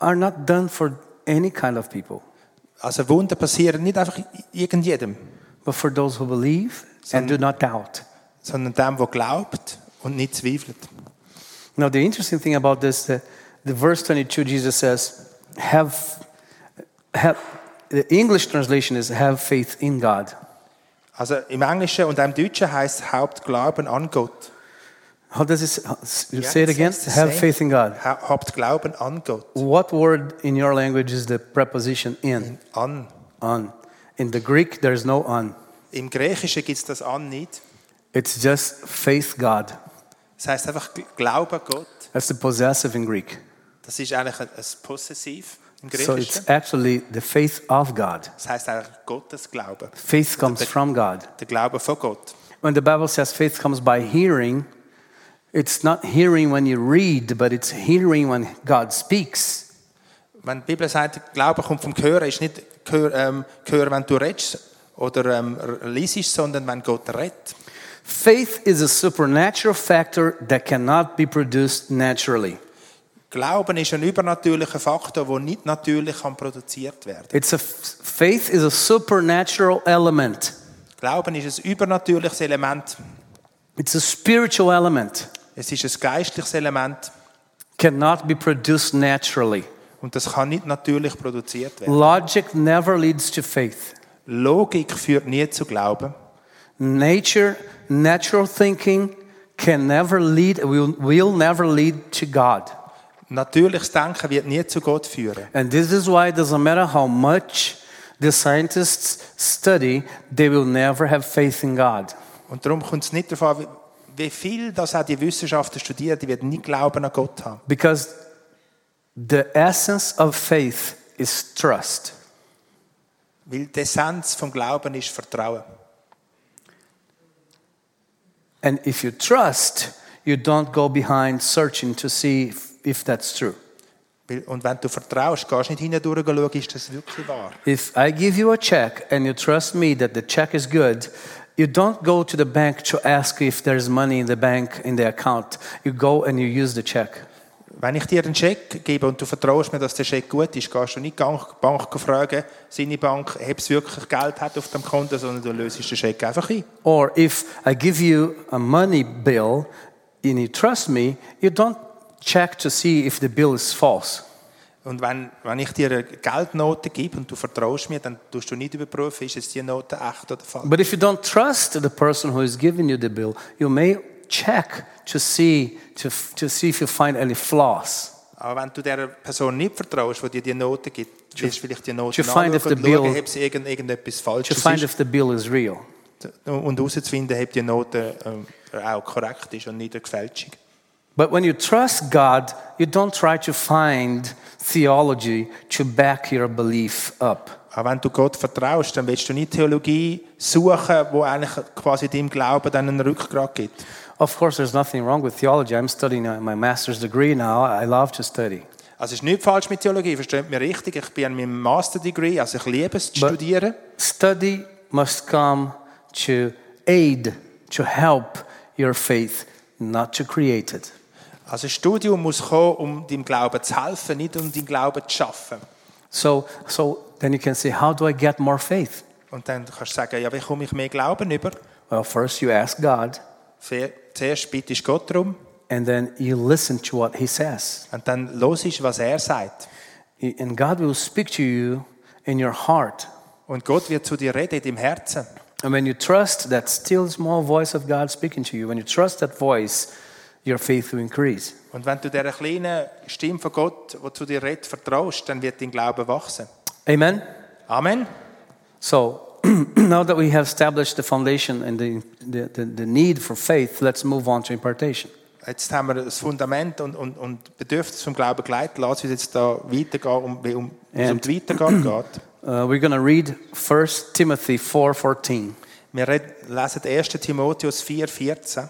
Speaker 1: are not done for any kind of people,
Speaker 2: Also Wunder passieren nicht einfach irgendjedem,
Speaker 1: but for those who believe and do not doubt.
Speaker 2: sondern dem, der glaubt und nicht zweifelt.
Speaker 1: Now the interesting thing about this, uh, the verse 22, Jesus says, "Have, have." The English translation is "Have faith in God."
Speaker 2: Also im Englischen und auch im Deutschen heißt Hauptglauben an Gott.
Speaker 1: How does it s-
Speaker 2: Ja,
Speaker 1: say it again?
Speaker 2: sounds the
Speaker 1: Have
Speaker 2: same.
Speaker 1: faith in God.
Speaker 2: Ha Hauptglauben an Gott.
Speaker 1: What word in your language is the preposition in?
Speaker 2: An.
Speaker 1: On. In the Greek, there's no on.
Speaker 2: Im Griechischen gibt es das an nicht.
Speaker 1: It's just faith God.
Speaker 2: Das heißt einfach Gl- Glaube Gott.
Speaker 1: That's the possessive in Greek.
Speaker 2: Das ist eigentlich ein, ein Possessiv im
Speaker 1: So
Speaker 2: Griechischen.
Speaker 1: it's actually the faith of God.
Speaker 2: das heißt eigentlich Gottes Glaube.
Speaker 1: Faith comes from God.
Speaker 2: Der Glaube von Gott.
Speaker 1: When the Bible says faith comes by hearing, it's not hearing when you read, but it's hearing when God speaks.
Speaker 2: Wenn die Bibel sagt, Glaube kommt vom Hören, ist nicht Gehör, ähm, Gehör wenn du redest oder ähm, r- liest, sondern wenn Gott redet.
Speaker 1: Faith is a supernatural factor that cannot be produced naturally.
Speaker 2: Glauben ist ein übernatürlicher Faktor, der nicht natürlich kann produziert werden
Speaker 1: It's a faith is a supernatural element.
Speaker 2: Glauben ist ein übernatürliches Element.
Speaker 1: It's a spiritual element,
Speaker 2: Es ist ein geistliches Element
Speaker 1: cannot be produced naturally.
Speaker 2: und das kann nicht natürlich produziert werden.
Speaker 1: Logic never leads to faith.
Speaker 2: Logik führt nie zu Glauben.
Speaker 1: Nature, natural thinking can never lead, will, will never lead to God.
Speaker 2: Natürliches Denken wird nie zu Gott führen.
Speaker 1: And this is why it doesn't matter how much the scientists study, they will never have faith in God.
Speaker 2: Und darum kommt es nicht darauf an, wie- wie viel das auch die Wissenschaftler studieren, die werden nie Glauben an Gott haben.
Speaker 1: Because the essence of faith is trust.
Speaker 2: Weil die Essenz vom Glauben ist Vertrauen.
Speaker 1: And if you trust, you don't go behind searching to see if, if that's true.
Speaker 2: Weil- Und wenn du vertraust, gehst nicht hindurch und schaust, ist das wirklich wahr.
Speaker 1: If I give you a check and you trust me that the check is good, you don't go to the bank to ask if there's money in the bank in the account. You go and you use the check.
Speaker 2: Wenn ich dir einen Scheck gebe und du vertraust mir, dass der Scheck gut ist, gehst du nicht die Bank Bank fragen, seine Bank, ob es wirklich Geld hat auf dem Konto, sondern du löst den Scheck einfach ein.
Speaker 1: Or if I give you a money bill and you trust me, you don't check to see if the bill is false.
Speaker 2: Und wenn, wenn ich dir eine Geldnote gebe und du vertraust mir, dann tust du nicht überprüfen, ist jetzt die Note echt oder falsch.
Speaker 1: But if you don't trust the person who is giving you the bill, you may check to see to, to see if you find any flaws.
Speaker 2: Aber wenn du der Person nicht vertraust, die dir die Note gibt, wirst du vielleicht die
Speaker 1: to
Speaker 2: Note
Speaker 1: find if
Speaker 2: anschauen und
Speaker 1: the
Speaker 2: schauen,
Speaker 1: bill-
Speaker 2: ob sie irgend, irgendetwas
Speaker 1: To
Speaker 2: Falsches
Speaker 1: find
Speaker 2: ist.
Speaker 1: if the bill is real.
Speaker 2: Und herauszufinden, ob die Note ähm, auch korrekt ist und nicht eine Gefälschung.
Speaker 1: But when you trust God, you don't try to find theology to back your belief up.
Speaker 2: Aber wenn du Gott vertraust, dann willst du nicht Theologie suchen, wo eigentlich quasi deinem Glauben dann einen Rückgrat gibt.
Speaker 1: Of course, there's nothing wrong with theology. I'm studying uh, my master's degree now. I love to study.
Speaker 2: Also es ist nicht falsch mit Theologie, versteht mich richtig. Ich bin an meinem Master Degree, also ich liebe es zu
Speaker 1: But-
Speaker 2: studieren.
Speaker 1: Study must come to aid, to help your faith, not to create it.
Speaker 2: Also das Studium muss kommen, um deinem Glauben zu helfen, nicht um deinen Glauben zu schaffen.
Speaker 1: So, so then you can say, How do I get more faith?
Speaker 2: Und dann kannst du sagen, ja, wie komme ich mehr Glauben über?
Speaker 1: Well, first you ask God,
Speaker 2: Sehr- Zuerst bittest du Gott darum
Speaker 1: and then you listen to what He says.
Speaker 2: und dann hörst was er sagt.
Speaker 1: And God will speak to you in your heart.
Speaker 2: Und Gott wird zu dir reden, in deinem Herzen.
Speaker 1: And when you trust that still small voice of God speaking to you, when you trust that voice, your faith will increase.
Speaker 2: Und wenn du dieser kleinen Stimme von Gott, die zu dir redet, vertraust, dann wird dein Glaube wachsen.
Speaker 1: Amen?
Speaker 2: Amen.
Speaker 1: So [CLEARS THROAT] now that we have established the foundation and the, the, the, the need for faith, let's move on to impartation.
Speaker 2: Jetzt haben wir das Fundament und, und, und Bedürfnis vom Glauben geleitet. Lass uns jetzt da weitergehen, um, wie um, wie es um die Weitergabe geht.
Speaker 1: Uh, we're going to read 1 Timothy 4.14.
Speaker 2: Wir red- lesen 1. Timotheus 4, 14.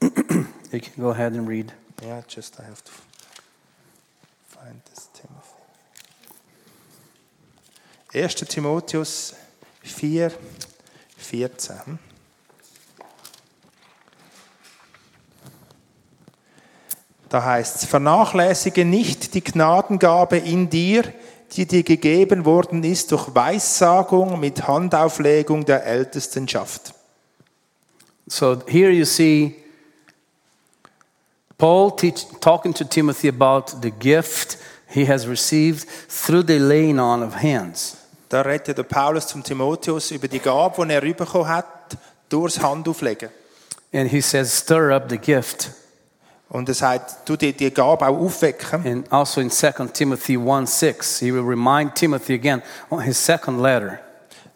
Speaker 1: You can go ahead and read.
Speaker 2: Ja, just I have to find this Timothy. 1. Timotheus 4, 14. hm? Da heißt es, vernachlässige nicht die Gnadengabe in dir, die dir gegeben worden ist durch Weissagung mit Handauflegung der Ältestenschaft.
Speaker 1: So here you see Paul teach, talking to Timothy about the gift he has received through the laying on of hands.
Speaker 2: Da redet der Paulus zum Timotheus über die Gabe, die er bekommen hat, durchs Handauflegen.
Speaker 1: And he says, stir up the gift.
Speaker 2: Und er sagt, du die, die Gabe auch aufwecken.
Speaker 1: And also in 2 Timothy 1 6, he will remind Timothy again on his second letter.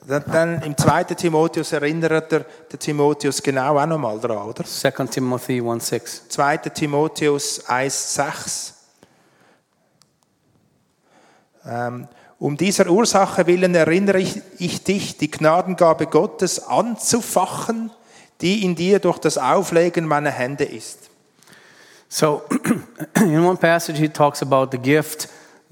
Speaker 2: Dann, dann im zweiten Timotheus erinnert er den Timotheus genau auch nochmal dran, oder?
Speaker 1: 2 Timothy 1 6.
Speaker 2: 2. Timotheus 1,6. Ähm, um dieser Ursache willen erinnere ich, ich dich, die Gnadengabe Gottes anzufachen, die in dir durch das Auflegen meiner Hände ist.
Speaker 1: So [CLEARS THROAT] in one passage, he talks about the gift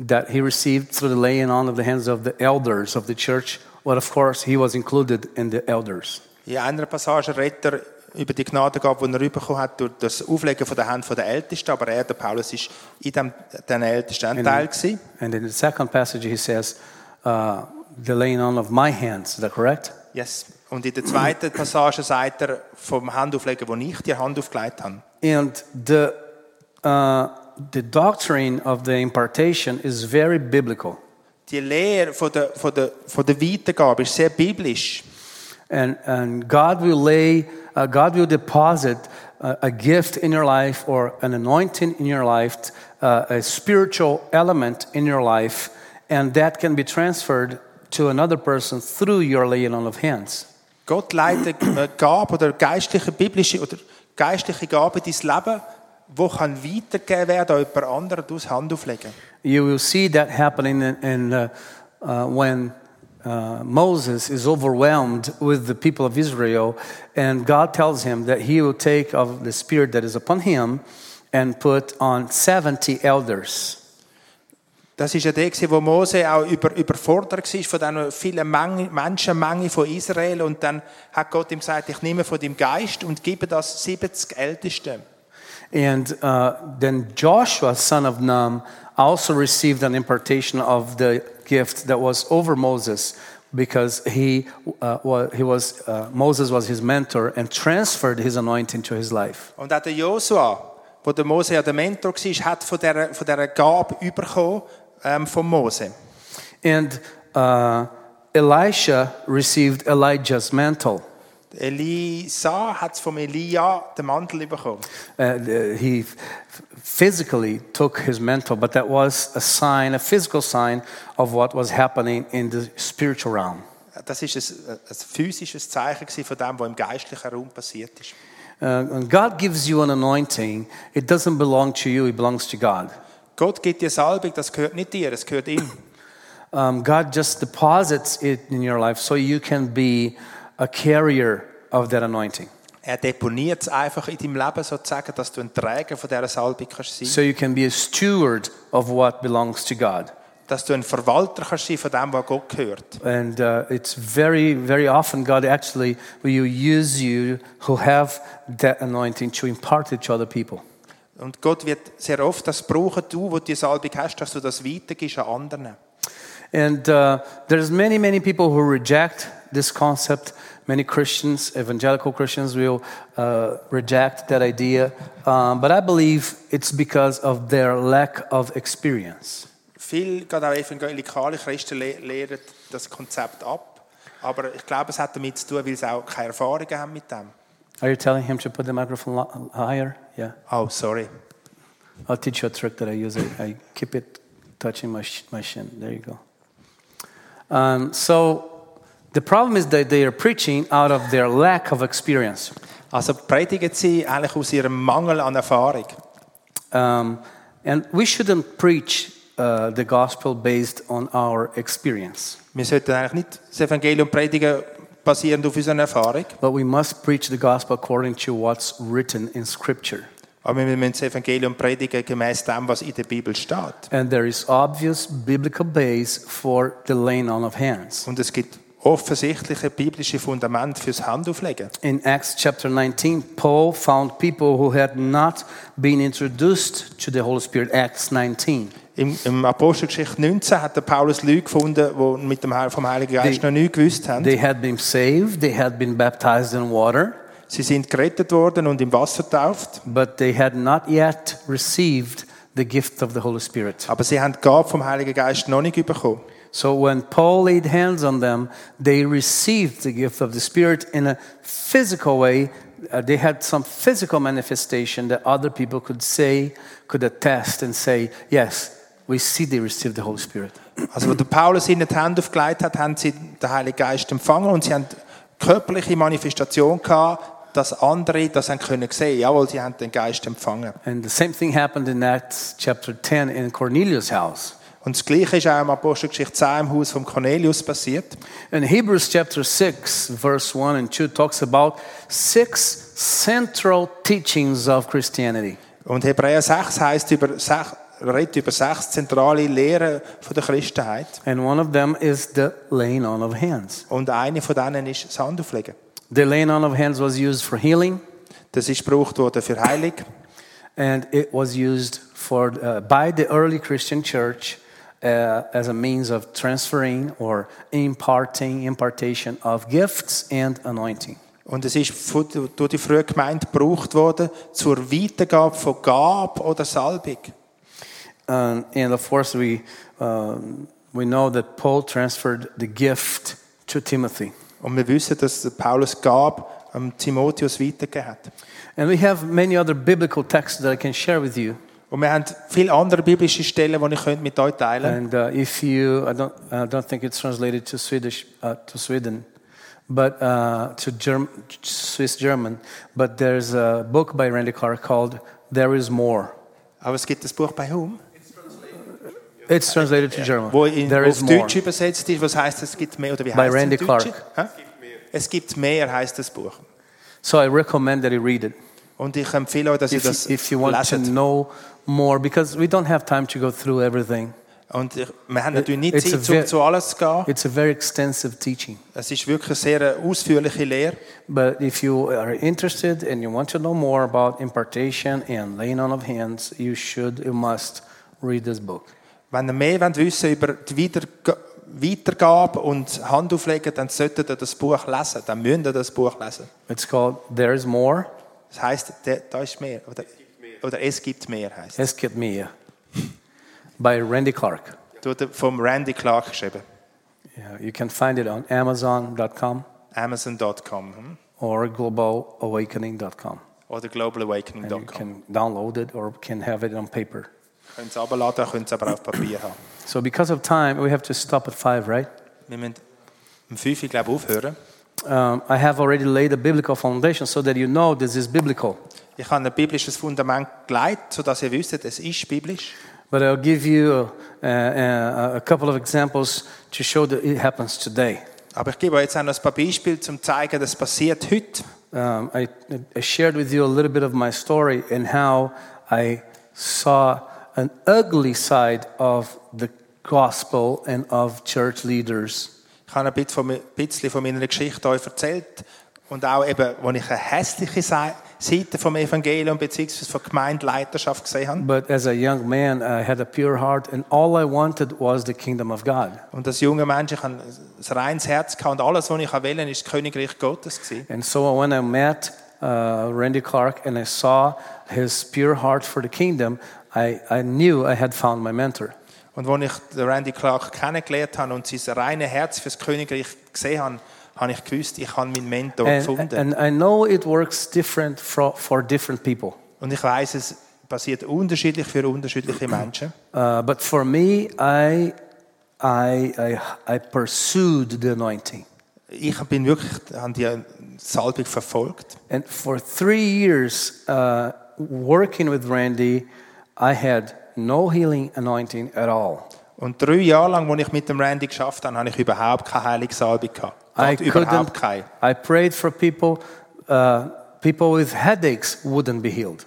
Speaker 1: that he received through the laying on of the hands of the elders of the church. Well, of course, he was included in the elders.
Speaker 2: In einer Passage redet er über die Gnadengabe, die er bekommen hat, durch das Auflegen von der Hand der Ältesten. Aber er, der Paulus, ist in dem, den Ältesten ein Teil gewesen.
Speaker 1: And in the second passage, he says, uh, the laying on of my hands. Is that correct?
Speaker 2: Yes. Und in der zweiten Passage sagt er vom Handauflegen, wo ich die Hand aufgelegt habe.
Speaker 1: And the, uh, the doctrine of the impartation is very biblical.
Speaker 2: Die Lehre von der, von der, von der Weitergabe ist sehr biblisch.
Speaker 1: And, and God will lay, uh, God will deposit uh, a gift in your life or an anointing in your life, uh, a spiritual element in your life, and that can be transferred to another person through your laying on of hands.
Speaker 2: Gott leitet eine Gabe oder geistliche, biblische oder geistliche Gabe in dein Leben, wo kann weitergegeben werden an jemand anderen und du es Hand auflegen.
Speaker 1: You will see that happening in, in, uh, uh, when uh, Moses is overwhelmed with the people of Israel, and God tells him that he will take of the spirit that is upon him and put on 70 elders.
Speaker 2: Das ist ja der, gewesen, wo Mose auch über, überfordert war von dieser vielen Menge, Menschenmenge von Israel. Und dann hat Gott ihm gesagt, ich nehme von dem Geist und gebe das 70 Ältesten.
Speaker 1: And uh, then Joshua, son of Nun, also received an impartation of the gift that was over Moses because he, uh, wa- he was, uh, Moses was his mentor and transferred his anointing to his life.
Speaker 2: Und auch der Josua, wo der Mose ja der Mentor war, hat von dieser, von dieser Gabe überkommen ähm, von Mose.
Speaker 1: And uh, Elisha received Elijah's mantle.
Speaker 2: Elisa hat von Elia den Mantel bekommen.
Speaker 1: Uh, he f- physically took his mantle, but that was a sign, a physical sign of what was happening in the spiritual realm.
Speaker 2: Das ist ein, ein physisches Zeichen gewesen von dem, was im geistlichen Raum passiert ist.
Speaker 1: Uh, when God gives you an anointing, it doesn't belong to you, it belongs to God.
Speaker 2: Gott gibt dir Salbung, das gehört nicht dir, es gehört ihm.
Speaker 1: Um, God just deposits it in your life so you can be a carrier of that anointing,
Speaker 2: Er deponiert es einfach in deinem Leben sozusagen, dass du ein Träger von dieser Salbung kannst sein.
Speaker 1: so you can be a steward of what belongs to God.
Speaker 2: Dass du ein Verwalter kannst sein von dem, was Gott gehört.
Speaker 1: And uh, it's very, very often God actually will use you who have that anointing to impart it to other people.
Speaker 2: Und Gott wird sehr oft das brauchen, du, wo du die Salbung hast, dass du das weitergibst an anderen.
Speaker 1: And uh, there's many, many people who reject this concept. Many Christians, evangelical Christians, will uh, reject that idea. Um, but I believe it's because of their lack of experience.
Speaker 2: Viele, gerade auch evangelikale Christen, le- lehren das Konzept ab. Aber ich glaube, es hat damit zu tun, weil sie auch keine Erfahrungen haben mit dem.
Speaker 1: Are you telling him to put the microphone lo- higher? Yeah.
Speaker 2: Oh, sorry.
Speaker 1: I'll teach you a trick that I use. I, I keep it touching my, sh- my shin. There you go. Um, so the problem is that they are preaching out of their lack of experience.
Speaker 2: Also predigen sie eigentlich aus ihrem Mangel an Erfahrung.
Speaker 1: Um, and we shouldn't preach uh, the gospel based on our experience,
Speaker 2: Wir sollten eigentlich nicht das Evangelium predigen, basierend auf unserer Erfahrung.
Speaker 1: but we must preach the gospel according to what's written in Scripture.
Speaker 2: Aber wir müssen das Evangelium predigen gemäß dem, was in der Bibel steht.
Speaker 1: And there is obvious biblical base for the laying on of hands.
Speaker 2: Und es gibt offensichtliche biblische Fundament fürs Handauflegen.
Speaker 1: In Acts chapter 19, Paul found people who had not been introduced to the Holy Spirit. Acts 19.
Speaker 2: Im, Im Apostelgeschichte 19 hat der Paulus Leute gefunden, die mit dem Heil- vom Heiligen Geist
Speaker 1: Die-
Speaker 2: noch nie gewusst haben.
Speaker 1: They had been saved, they had been baptized in water,
Speaker 2: Sie sind gerettet worden und im Wasser getauft,
Speaker 1: but they had not yet received the gift of the Holy Spirit.
Speaker 2: aber sie haben die Gabe vom Heiligen Geist noch nicht bekommen.
Speaker 1: So when Paul laid hands on them, they received the gift of the Spirit in a physical way. Uh, they had some physical manifestation that other people could say, could attest and say, yes, we see they received the Holy Spirit.
Speaker 2: Also, als der Paulus ihnen die Hände aufgelegt hat, haben sie den Heiligen Geist empfangen und sie haben körperliche Manifestation gehabt, dass andere das haben können sehen. Jawohl, sie haben den Geist empfangen.
Speaker 1: And the same thing happened in Acts chapter 10 in Cornelius' house.
Speaker 2: Und das Gleiche ist auch im Apostelgeschichte 10 im Haus von Cornelius passiert.
Speaker 1: In Hebrews chapter 6, verse 1 and 2 talks about six central teachings of Christianity.
Speaker 2: Und Hebräer 6 heißt über sech, redet über sechs zentrale Lehren von der Christenheit.
Speaker 1: And one of them is the laying on of hands.
Speaker 2: Und eine von denen ist das Handauflegen.
Speaker 1: The laying on of hands was used for healing,
Speaker 2: Das ist gebraucht worden für Heilig.
Speaker 1: and it was used for, uh, by the early Christian church uh, as a means of transferring or imparting, impartation of gifts and anointing.
Speaker 2: Und es ist von- durch die frühe Gemeinde gebraucht worden zur Weitergabe von Gab oder Salbung.
Speaker 1: Um, and of course, we, um, we know that Paul transferred the gift to Timothy.
Speaker 2: Und wir wissen, dass der Paulus gab, am Timotheus weitergegeben hat.
Speaker 1: And we have many other biblical texts that I can share with you.
Speaker 2: Und wir haben viele andere biblische Stellen, die ich könnte mit euch teilen
Speaker 1: And uh, if you, I don't, I don't think it's translated to Swedish, uh, to Sweden, but uh, to Germ- Swiss German. But there's a book by Randy Carr called "There Is More."
Speaker 2: Aber es gibt das Buch bei Hum,
Speaker 1: It's translated to German.
Speaker 2: wo in,
Speaker 1: there is
Speaker 2: auf
Speaker 1: more
Speaker 2: Deutsch übersetzt ist, was heißt, es gibt mehr oder wie
Speaker 1: by
Speaker 2: heißt
Speaker 1: Randy
Speaker 2: es im Deutschen?
Speaker 1: Clark.
Speaker 2: Hä? Es gibt mehr heißt das Buch.
Speaker 1: So I recommend that you read it
Speaker 2: Und ich empfehle euch, dass ihr
Speaker 1: if,
Speaker 2: das
Speaker 1: you- if you want to
Speaker 2: leset.
Speaker 1: know more, because we don't have time to go through everything.
Speaker 2: Und ich, wir haben natürlich nicht
Speaker 1: It's a
Speaker 2: Zeit, um
Speaker 1: ve-
Speaker 2: zu alles zu gehen.
Speaker 1: It's a very extensive teaching.
Speaker 2: Es ist wirklich eine sehr ausführliche Lehre.
Speaker 1: But if you are interested and you want to know more about impartation and laying on of hands, you should, you must read this book.
Speaker 2: Wenn ihr mehr wollt wissen über die Weiterg Weitergabe und Handauflegen, dann solltet ihr das Buch lesen. Dann müsst ihr das Buch lesen.
Speaker 1: It's called There's More,
Speaker 2: Das heisst, der- da ist mehr. Oder, oder es gibt mehr heisst.
Speaker 1: Eskitmia by Randy Clark.
Speaker 2: es. Wurde Vom Randy Clark geschrieben.
Speaker 1: Yeah, you can find it on Amazon.com
Speaker 2: Amazon.com hm?
Speaker 1: or globalawakening.com.
Speaker 2: oder
Speaker 1: You
Speaker 2: globalawakening.com.
Speaker 1: can download it or can have it on paper.
Speaker 2: Könnt es abladen, könnt es aber auf Papier haben.
Speaker 1: So, because of time, we have to stop at five, right?
Speaker 2: Wir müssen um 5 Uhr, glaube ich, aufhören.
Speaker 1: Um, I have already laid a biblical foundation so that you know this is biblical.
Speaker 2: Ich habe ein biblisches Fundament geleitet, sodass ihr wisst, es ist biblisch.
Speaker 1: But I'll give you uh, uh, a couple of examples to show that it happens today.
Speaker 2: Aber ich gebe euch jetzt auch noch ein paar Beispiele, um zu zeigen, das passiert heute.
Speaker 1: Um, I, I shared with you a little bit of my story and how I saw an ugly side of the gospel and of church leaders.
Speaker 2: Ich habe ein bisschen von, mi- bisschen von meiner Geschichte euch erzählt und auch eben, wo ich eine hässliche Se- Seite vom Evangelium bzw. von Gemeindeleiterschaft gesehen habe.
Speaker 1: But as a young man, I had a pure heart, and all I wanted was the kingdom of God.
Speaker 2: Und als junger Mensch, ich habe ein reines Herz gehabt und alles, was ich wollte, ist das Königreich Gottes gewesen.
Speaker 1: And so when I met uh, Randy Clark and I saw his pure heart for the kingdom, I, I knew I had found my mentor.
Speaker 2: Und als ich den Randy Clark kennengelernt habe und sein reines Herz fürs Königreich gesehen habe, habe ich gewusst, ich habe meinen Mentor
Speaker 1: And,
Speaker 2: gefunden.
Speaker 1: and I know it works different for, for different people.
Speaker 2: und ich weiß, es passiert unterschiedlich für unterschiedliche Menschen.
Speaker 1: Uh, but for me, I, I, I, I pursued the anointing.
Speaker 2: Ich bin wirklich an die Salbung verfolgt.
Speaker 1: And for three years uh, working with Randy, I had no healing anointing at all.
Speaker 2: Und drei Jahre lang, als ich mit dem Randy geschafft habe, habe ich überhaupt keine Heiligsalbung gehabt.
Speaker 1: I
Speaker 2: Gott, überhaupt keine.
Speaker 1: I prayed for people. Uh, people with headaches wouldn't be healed.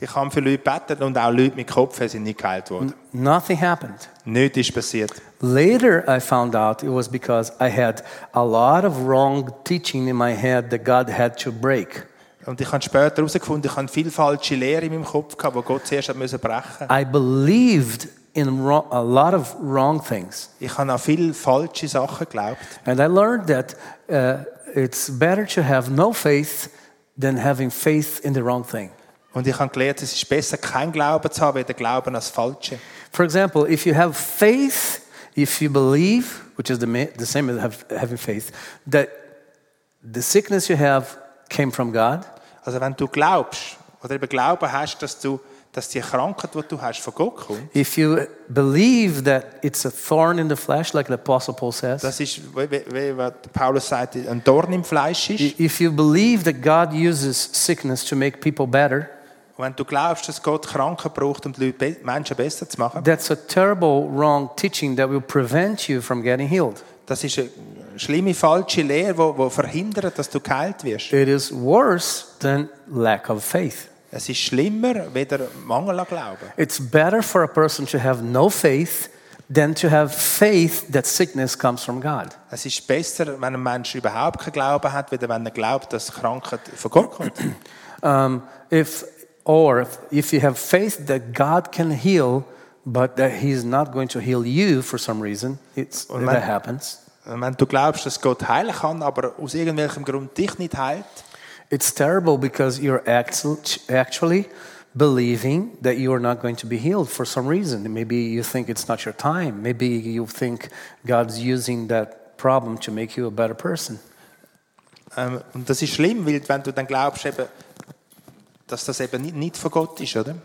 Speaker 2: Ich habe für Leute gebetet und auch Leute mit Kopf sind nicht geheilt worden.
Speaker 1: Nothing happened.
Speaker 2: Nichts ist passiert.
Speaker 1: Later, I found out it was because I had a lot of wrong teaching in my head that God had to break.
Speaker 2: Und ich habe später herausgefunden, ich habe viel falsche Lehre in meinem Kopf gehabt, die Gott zuerst hat müssen brechen
Speaker 1: I believed in wrong, a lot of wrong things.
Speaker 2: Ich habe an viele falsche Sachen geglaubt.
Speaker 1: And I learned that uh, it's better to have no faith than having faith in the wrong thing.
Speaker 2: Und ich habe gelernt, es ist besser, keinen Glauben zu haben, weder Glauben als Falsche.
Speaker 1: For example, if you have faith, if you believe, which is the, ma- the same as have, having faith, that the sickness you have came from God,
Speaker 2: Also wenn du glaubst, oder eben Glauben hast, dass, du, dass die Krankheit, die du hast, von Gott kommt,
Speaker 1: if you believe that it's a thorn in the flesh, like the Apostle Paul says,
Speaker 2: das ist, wie, wie, wie was Paulus sagt, ein Dorn im Fleisch ist.
Speaker 1: i- if you believe that God uses sickness to make people better,
Speaker 2: Und wenn du glaubst, dass Gott Kranken braucht, um die Leute, be- Menschen besser zu machen,
Speaker 1: That's a terrible wrong teaching that will prevent you from getting healed.
Speaker 2: das ist eine schlimme, falsche Lehre, die, die verhindert, dass du geheilt wirst.
Speaker 1: It is worse than lack of faith.
Speaker 2: Es ist schlimmer, weder Mangel an Glauben.
Speaker 1: It's better for a person to have no faith than to have faith that sickness comes from God.
Speaker 2: Es ist besser, wenn ein Mensch überhaupt keinen Glauben hat, weder wenn er glaubt, dass Krankheit von Gott kommt.
Speaker 1: Um, if, or if, if you have faith that God can heal, but that He's not going to heal you for some reason, it's,
Speaker 2: Amen.
Speaker 1: that happens.
Speaker 2: Und Wenn du glaubst, dass Gott heilen kann, aber aus irgendwelchem Grund dich nicht heilt,
Speaker 1: It's terrible because you're actu- actually believing that you are not going to be healed for some reason. Maybe you think it's not your time. Maybe you think God's using that problem to make you a better person.
Speaker 2: Ähm, und das ist schlimm, weil wenn du dann glaubst, eben, dass das eben nicht, nicht von Gott ist, oder?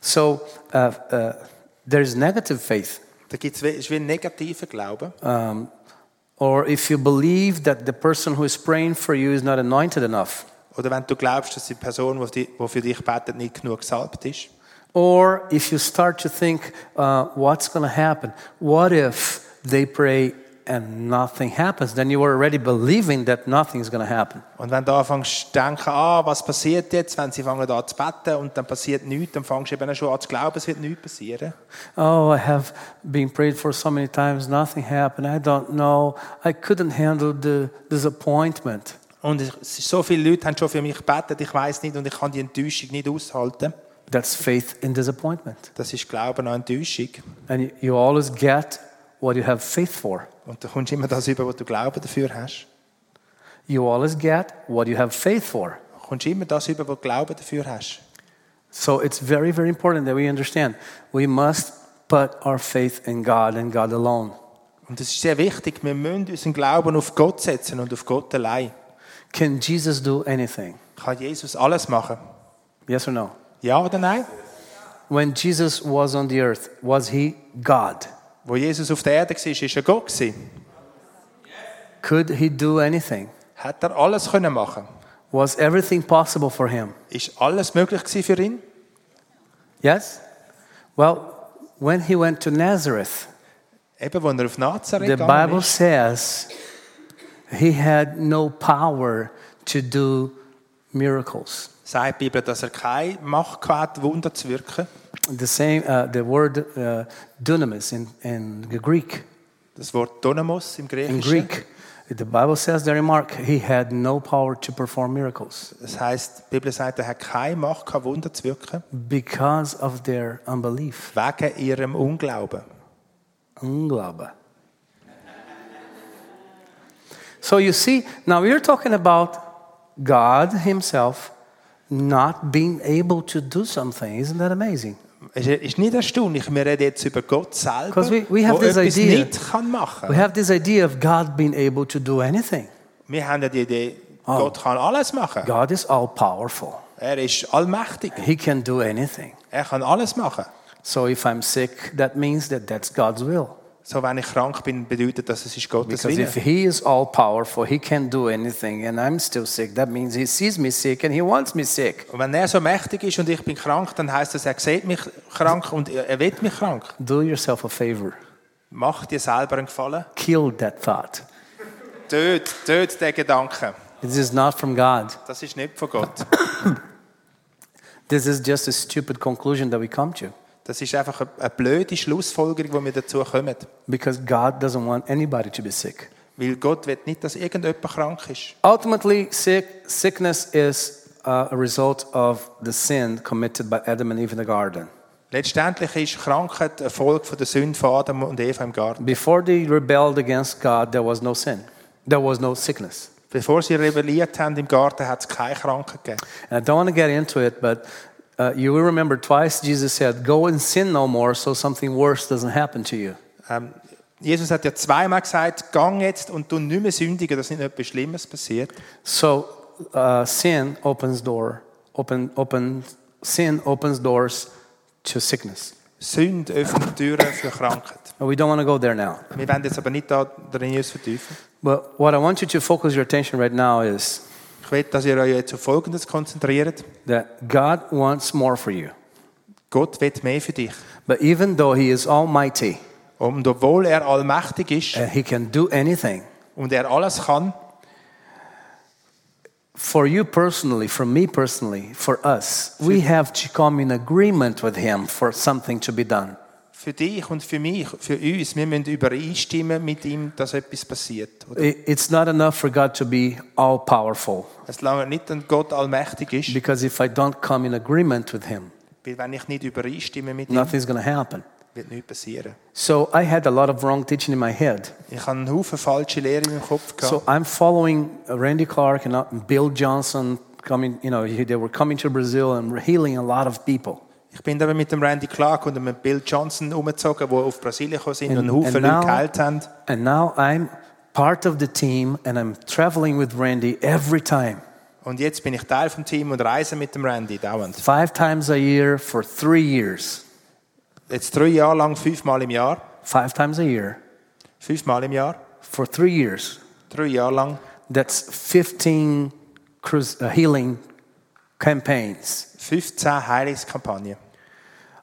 Speaker 1: So uh, uh, there's negative faith.
Speaker 2: Da gibt's wie, ist wie ein negativer Glaube.
Speaker 1: Um, or if you believe that the person who is praying for you is not anointed enough.
Speaker 2: Oder wenn du glaubst, dass die Person, die die- die für dich betet, nicht genug gesalbt ist.
Speaker 1: Or if you start to think, uh, what's going to happen? What if they pray and nothing happens? Then you are already believing that nothing's going to happen.
Speaker 2: Und wenn du anfängst zu denken, ah, was passiert jetzt, wenn sie fangen an zu beten und dann passiert nichts, dann fängst du eben schon an zu glauben, es wird nichts passieren.
Speaker 1: Oh, I have been prayed for so many times, nothing happened. I don't know. I couldn't handle the disappointment.
Speaker 2: Und es- es ist so viele Leute haben schon für mich gebetet, ich weiß nicht und ich kann die Enttäuschung nicht aushalten.
Speaker 1: That's faith in disappointment.
Speaker 2: Das ist Glauben an Enttäuschung.
Speaker 1: And you always get what you have faith for.
Speaker 2: Und du kommst immer das über, was du Glauben dafür hast.
Speaker 1: You always get what you have faith for.
Speaker 2: Du kommst immer das über, was du Glauben dafür hast.
Speaker 1: So it's very, very important that we understand we must put our faith in God and God alone.
Speaker 2: Und das ist sehr wichtig, wir müssen unseren Glauben auf Gott setzen und auf Gott allein.
Speaker 1: Can Jesus do anything?
Speaker 2: Kann Jesus alles machen?
Speaker 1: Yes or no?
Speaker 2: Ja oder nein?
Speaker 1: When Jesus was on the earth, was he God?
Speaker 2: Wo Jesus auf der Erde war, war er Gott. gewesen.
Speaker 1: Could he do anything?
Speaker 2: Hat er alles können machen?
Speaker 1: Was everything possible for him?
Speaker 2: Ist alles möglich gewesen für ihn?
Speaker 1: Yes? Well, when he went to Nazareth,
Speaker 2: Eben, als er auf Nazareth
Speaker 1: the Bible
Speaker 2: gegangen ist,
Speaker 1: says he had no power to do miracles.
Speaker 2: sagt die Bibel, dass er keine Macht hatte, Wunder zu wirken.
Speaker 1: The same, uh, the word uh, dunamis in, in the Greek,
Speaker 2: Das Wort Dynamos im
Speaker 1: in
Speaker 2: Griechischen.
Speaker 1: Greek, the Bible says there in Mark, he had no power to perform miracles
Speaker 2: Das heißt, die Bibel sagt, er hat keine Macht gehabt, Wunder zu wirken,
Speaker 1: because of their unbelief.
Speaker 2: wegen ihrem Unglauben.
Speaker 1: Unglaube. So you see, now we're talking about God Himself not being able to do something. Isn't that amazing?
Speaker 2: Es ist nicht erstaunlich, wir reden jetzt über Gott selber,
Speaker 1: 'Cause we- we have
Speaker 2: der
Speaker 1: this
Speaker 2: etwas
Speaker 1: idea.
Speaker 2: nicht kann machen
Speaker 1: We
Speaker 2: kann.
Speaker 1: have this idea of God being able to do anything.
Speaker 2: Wir haben ja die Idee,
Speaker 1: Ah.
Speaker 2: Gott kann alles machen.
Speaker 1: God is all powerful,
Speaker 2: Er ist allmächtig.
Speaker 1: He can do anything.
Speaker 2: Er kann alles machen.
Speaker 1: So if I'm sick, that means that that's God's will.
Speaker 2: So, wenn ich krank bin, bedeutet das, es ist Gottes
Speaker 1: Because
Speaker 2: Wille.
Speaker 1: if He is all powerful, He can do anything, and I'm still sick, that means He sees me sick and He wants me sick.
Speaker 2: Und wenn er so mächtig ist und ich bin krank, dann heißt das, er sieht mich krank und er er will mich krank.
Speaker 1: Do yourself a favor,
Speaker 2: Mach dir selber einen Gefallen.
Speaker 1: kill that thought.
Speaker 2: Töt, töt den Gedanken.
Speaker 1: This is not from God.
Speaker 2: Das ist nicht von Gott.
Speaker 1: This is just a stupid conclusion that we come to
Speaker 2: Das ist einfach eine eine blöde Schlussfolgerung, wo wir dazu kommen.
Speaker 1: because God doesn't want anybody to be sick.
Speaker 2: Weil Gott will nicht, dass irgendjemand krank ist.
Speaker 1: Ultimately, sick, sickness is uh, a result of the sin committed by Adam and Eve in the garden.
Speaker 2: Letztendlich ist Krankheit eine Folge von der Sünde von Adam und Eva im Garten.
Speaker 1: Before they rebelled against God, there was no sin, there was no sickness.
Speaker 2: Bevor sie rebelliert haben im Garten, hat es keine Krankheit gegeben.
Speaker 1: And I don't want to get into it, but uh, you will remember twice Jesus said, Go and sin no more so something worse doesn't happen to you.
Speaker 2: Ähm, Jesus hat ja zweimal gesagt, gang jetzt und tu nicht mehr sündigen, dass nicht etwas Schlimmes passiert.
Speaker 1: So uh, sin opens door, open, open, sin opens doors to sickness.
Speaker 2: Sünde öffnet Türen für Krankheit.
Speaker 1: And We don't want to go there now.
Speaker 2: Wir werden jetzt aber nicht da drin uns vertiefen.
Speaker 1: But what I want you to focus your attention right now is
Speaker 2: Ich will, dass ihr euch jetzt auf Folgendes konzentriert.
Speaker 1: that God wants more for you.
Speaker 2: Gott will mehr für dich.
Speaker 1: But even though He is almighty
Speaker 2: Und obwohl er allmächtig ist
Speaker 1: and He can do anything,
Speaker 2: und er alles kann,
Speaker 1: for you personally, for me personally, for us, we have to come in agreement with Him for something to be done.
Speaker 2: für dich und für mich, für uns, wir müssen übereinstimmen mit ihm, dass etwas passiert. Oder?
Speaker 1: I- It's not enough for God to be all powerful
Speaker 2: Es lange nicht, dass Gott allmächtig ist,
Speaker 1: because if I don't come in agreement with Him,
Speaker 2: weil wenn ich nicht übereinstimme mit ihm,
Speaker 1: nothing's going to happen.
Speaker 2: wird nichts passieren.
Speaker 1: So I had a lot of wrong teaching in my head.
Speaker 2: Ich habe einen Haufen falsche Lehren im Kopf gehabt.
Speaker 1: uh, So I'm following Randy Clark and Bill Johnson, coming, you know, he- they were coming to Brazil and were healing a lot of people.
Speaker 2: Ich bin eben mit dem Randy Clark und dem Bill Johnson umgezogen, die auf Brasilien gekommen sind und
Speaker 1: And-
Speaker 2: einen Haufen
Speaker 1: and
Speaker 2: Leute
Speaker 1: now-
Speaker 2: geheilt haben.
Speaker 1: And now I'm part of the team and I'm traveling with Randy every time.
Speaker 2: Und jetzt bin ich Teil vom Team und reise mit dem Randy dauernd.
Speaker 1: Five times a year for three years.
Speaker 2: Jetzt drei Jahre lang, fünfmal im Jahr.
Speaker 1: Five times a year
Speaker 2: Fünfmal im Jahr.
Speaker 1: for three years.
Speaker 2: Drei Jahre lang.
Speaker 1: That's 15 crus- uh, healing campaigns.
Speaker 2: 15 Heilungskampagnen.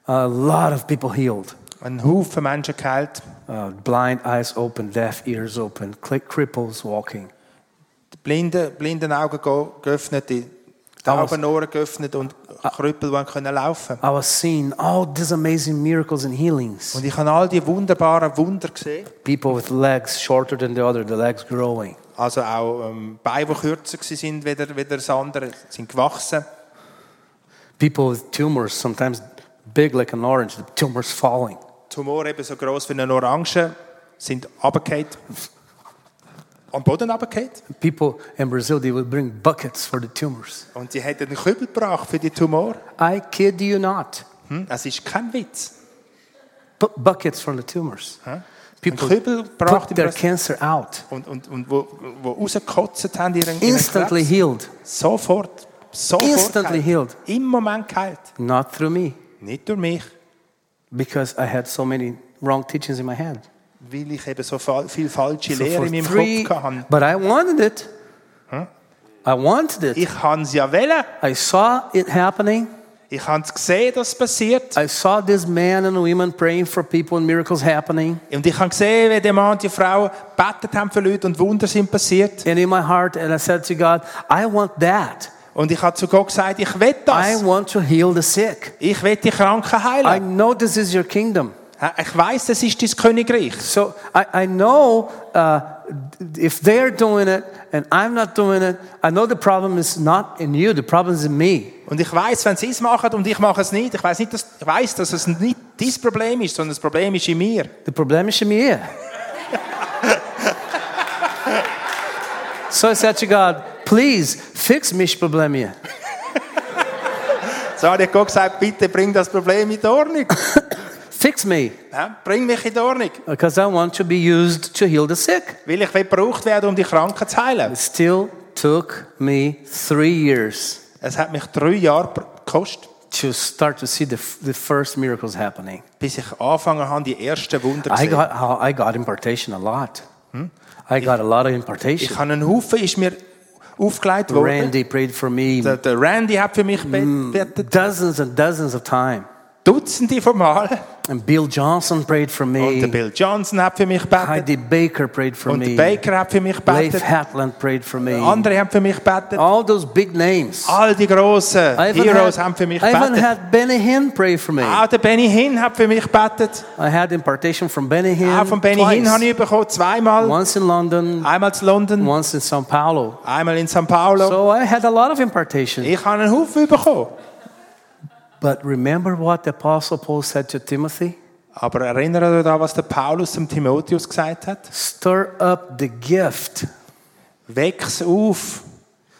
Speaker 1: A lot of people healed.
Speaker 2: Ein Haufen Menschen geheilt.
Speaker 1: Uh, blind eyes open, deaf ears open, cli- cripples walking.
Speaker 2: Die blinden, blinden Augen ge- geöffnet, die die
Speaker 1: Alles. Ah.
Speaker 2: Augen, Ohren geöffnet und Krüppel, die können laufen
Speaker 1: I was seeing all these amazing miracles and healings.
Speaker 2: Und ich habe all die wunderbaren Wunder gesehen.
Speaker 1: People with legs shorter than the other, the legs growing.
Speaker 2: Also auch ähm, Beine, die kürzer waren wieder, wieder das andere, sind gewachsen.
Speaker 1: People with tumors, sometimes big like an orange, the tumors falling.
Speaker 2: Tumor eben so gross wie eine Orange, sind runtergefallen. Am Boden runtergefallen.
Speaker 1: People in Brazil, they would bring buckets for the tumors.
Speaker 2: Und sie hätten einen Kübel gebracht für die Tumor.
Speaker 1: I kid you not.
Speaker 2: Hm? Es ist kein Witz.
Speaker 1: Bu- buckets for the tumors.
Speaker 2: Ein
Speaker 1: People
Speaker 2: Kübel gebracht
Speaker 1: put
Speaker 2: im
Speaker 1: their
Speaker 2: Rest-
Speaker 1: cancer out.
Speaker 2: und, und, und wo, wo rausgekotzt haben ihren, ihren
Speaker 1: Instantly
Speaker 2: Krebs.
Speaker 1: healed.
Speaker 2: Sofort. Sofort
Speaker 1: Instantly
Speaker 2: geheilt. Im Moment geheilt.
Speaker 1: Not through me,
Speaker 2: Nicht durch mich,
Speaker 1: because I had so many wrong teachings in my head.
Speaker 2: weil ich eben so fa- viel falsche
Speaker 1: So
Speaker 2: Lehre
Speaker 1: for
Speaker 2: in meinem
Speaker 1: three-
Speaker 2: Kopf hatte.
Speaker 1: but I wanted it. I wanted it.
Speaker 2: Ich habe es ja wollen.
Speaker 1: I saw it happening.
Speaker 2: Ich habe es gesehen, dass es passiert.
Speaker 1: I saw this man and women praying for people and miracles happening.
Speaker 2: Und ich habe gesehen, wie der Mann und die Frau betet haben für Leute und Wunder sind passiert.
Speaker 1: And in my heart, and I said to God, I want that.
Speaker 2: Und ich habe zu Gott gesagt, ich will
Speaker 1: I
Speaker 2: das.
Speaker 1: want to heal the sick.
Speaker 2: Ich will die Kranken
Speaker 1: I
Speaker 2: heilen.
Speaker 1: know this is your kingdom.
Speaker 2: Ich weiß, das ist dein Königreich.
Speaker 1: So I, I know uh, if they're doing it and I'm not doing it, I know the problem is not in you, the problem is in me.
Speaker 2: Und ich weiß, wenn sie es machen und ich mache es nicht, ich weiß nicht, dass, ich weiß, dass es nicht dein Problem ist, sondern das Problem ist in mir.
Speaker 1: The problem is in me. [LAUGHS] so I said to God, please fix me problem here.
Speaker 2: So habe ich Gott gesagt, bitte bring das Problem in die Ordnung.
Speaker 1: Fix me,
Speaker 2: Ja, bring mich in die Ordnung.
Speaker 1: because I want to be used to heal the sick.
Speaker 2: Weil ich will gebraucht werden, um die Kranken zu heilen.
Speaker 1: It still took me three years
Speaker 2: Es hat mich drei Jahre gekostet,
Speaker 1: to start to see the, f- the first miracles happening.
Speaker 2: bis ich angefangen habe, die ersten Wunder zu
Speaker 1: I
Speaker 2: sehen.
Speaker 1: got, how I got impartation a lot.
Speaker 2: Hmm?
Speaker 1: I got a lot of impartation.
Speaker 2: Ich habe einen Haufen, ist mir aufgelegt worden.
Speaker 1: Randy Mm. prayed for me
Speaker 2: Der, der Randy hat für mich gebetet,
Speaker 1: dozens and dozens of times.
Speaker 2: Dutzende von Mal.
Speaker 1: And Bill Johnson prayed for
Speaker 2: Und der
Speaker 1: me.
Speaker 2: Bill Johnson hat für mich gebetet.
Speaker 1: Heidi Baker prayed for
Speaker 2: Und der
Speaker 1: me.
Speaker 2: Baker hat für mich
Speaker 1: Leif Oh.
Speaker 2: gebetet.
Speaker 1: Hatland prayed for me.
Speaker 2: Andere haben für mich gebetet.
Speaker 1: All those big names.
Speaker 2: All die grossen
Speaker 1: I even
Speaker 2: Heroes
Speaker 1: had,
Speaker 2: haben für mich
Speaker 1: I even
Speaker 2: gebetet.
Speaker 1: had Benny Hinn pray for me.
Speaker 2: Auch der Benny Hinn hat für mich gebetet.
Speaker 1: I had impartation from Benny Hinn.
Speaker 2: Auch Ah, von Benny
Speaker 1: twice.
Speaker 2: Hinn habe ich bekommen, zweimal.
Speaker 1: Once in London,
Speaker 2: Einmal zu London,
Speaker 1: once in São Paulo.
Speaker 2: einmal in São Paulo.
Speaker 1: So I had a lot of impartation.
Speaker 2: Ich habe einen Haufen bekommen.
Speaker 1: But remember what the Apostle Paul said to Timothy?
Speaker 2: Aber erinnere dich daran, was der Paulus dem Timotheus gesagt hat.
Speaker 1: Stir up the gift.
Speaker 2: Wächs auf.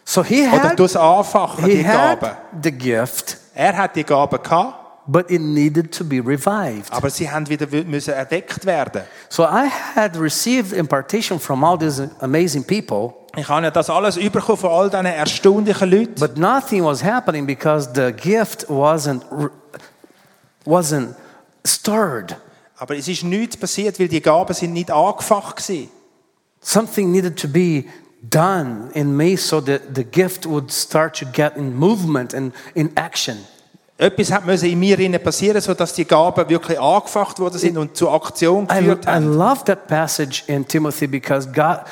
Speaker 1: So he
Speaker 2: Oder
Speaker 1: had,
Speaker 2: du es anfachen,
Speaker 1: he
Speaker 2: die Gaben.
Speaker 1: had the gift,
Speaker 2: Er hat die Gaben gehabt,
Speaker 1: but it needed to be revived.
Speaker 2: aber sie haben wieder w- müssen erweckt werden.
Speaker 1: So I had received impartation from all these amazing people,
Speaker 2: Ich habe ja das alles bekommen von all diesen erstaunlichen Leuten.
Speaker 1: but nothing was happening because the gift wasn't re- wasn't stirred.
Speaker 2: Aber es ist nichts passiert, weil die Gaben sind nicht angefacht waren.
Speaker 1: Something needed to be done in me so that the gift would start to get in movement and in action.
Speaker 2: Etwas hat müssen in mir innen passieren, sodass die Gaben wirklich angefacht worden sind und zu Aktion
Speaker 1: I,
Speaker 2: geführt
Speaker 1: I
Speaker 2: haben.
Speaker 1: love that passage in Timothy because God,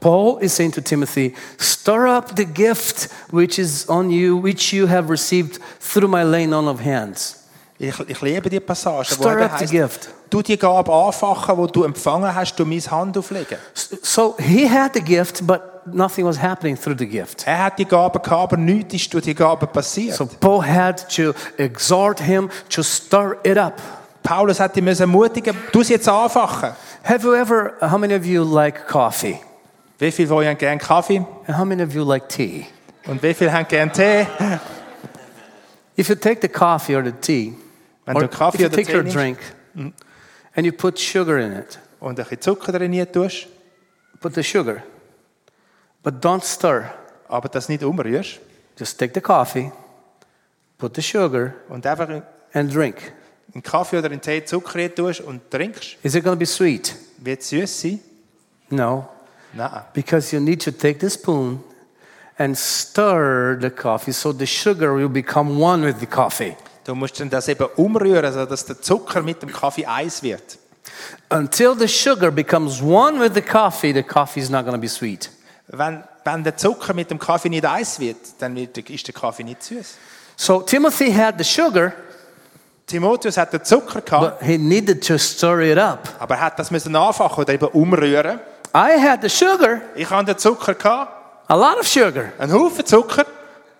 Speaker 1: Paul is saying to Timothy, stir up the gift which is on you, which you have received through my laying on of hands.
Speaker 2: Ich, ich liebe die Passage, wo
Speaker 1: Stir
Speaker 2: eben
Speaker 1: up the
Speaker 2: heisst,
Speaker 1: gift.
Speaker 2: du die Gabe anfachen, die du empfangen hast, du meine Hand auflegen.
Speaker 1: So he had the gift, but nothing was happening through the gift.
Speaker 2: Er hat die Gaben gehabt, aber nichts ist durch die Gaben passiert.
Speaker 1: So Paul had to exhort him to stir it up.
Speaker 2: Paulus hat ihn müssen ermutigen, du es jetzt anfachen.
Speaker 1: Have you ever, how many of you like coffee?
Speaker 2: Wie viele wollen gerne Kaffee?
Speaker 1: And how many of you like tea?
Speaker 2: Und wie viel haben gern Tee?
Speaker 1: If you take the coffee or the tea,
Speaker 2: Wenn du
Speaker 1: if
Speaker 2: Kaffee
Speaker 1: you
Speaker 2: oder
Speaker 1: take
Speaker 2: Tee
Speaker 1: your
Speaker 2: nimmst
Speaker 1: drink and you put sugar in it,
Speaker 2: und ein bisschen Zucker drin tust,
Speaker 1: put the sugar, but don't stir.
Speaker 2: aber das nicht umrührst
Speaker 1: Just take the coffee, put the sugar,
Speaker 2: und einfach einen
Speaker 1: and drink.
Speaker 2: Kaffee oder einen Tee Zucker rein tust und trinkst,
Speaker 1: Is it going to be sweet?
Speaker 2: wird es süß sein?
Speaker 1: No,
Speaker 2: Nein.
Speaker 1: because you need to take the spoon and stir the coffee so the sugar will become one with the coffee
Speaker 2: Du musst dann das eben umrühren, sodass der Zucker mit dem Kaffee eins wird.
Speaker 1: until the sugar becomes one with the coffee the coffee is not going to be sweet
Speaker 2: Wenn, wenn der Zucker mit dem Kaffee nicht eins wird, dann wird, der- ist der Kaffee nicht süß.
Speaker 1: so timothy had the sugar
Speaker 2: Timotheus hat den Zucker gehabt,
Speaker 1: but he needed to stir it up
Speaker 2: aber er hat das müssen anfachen oder eben umrühren.
Speaker 1: i had the sugar
Speaker 2: Ich hatte den Zucker gehabt,
Speaker 1: a lot of sugar
Speaker 2: einen Haufen Zucker,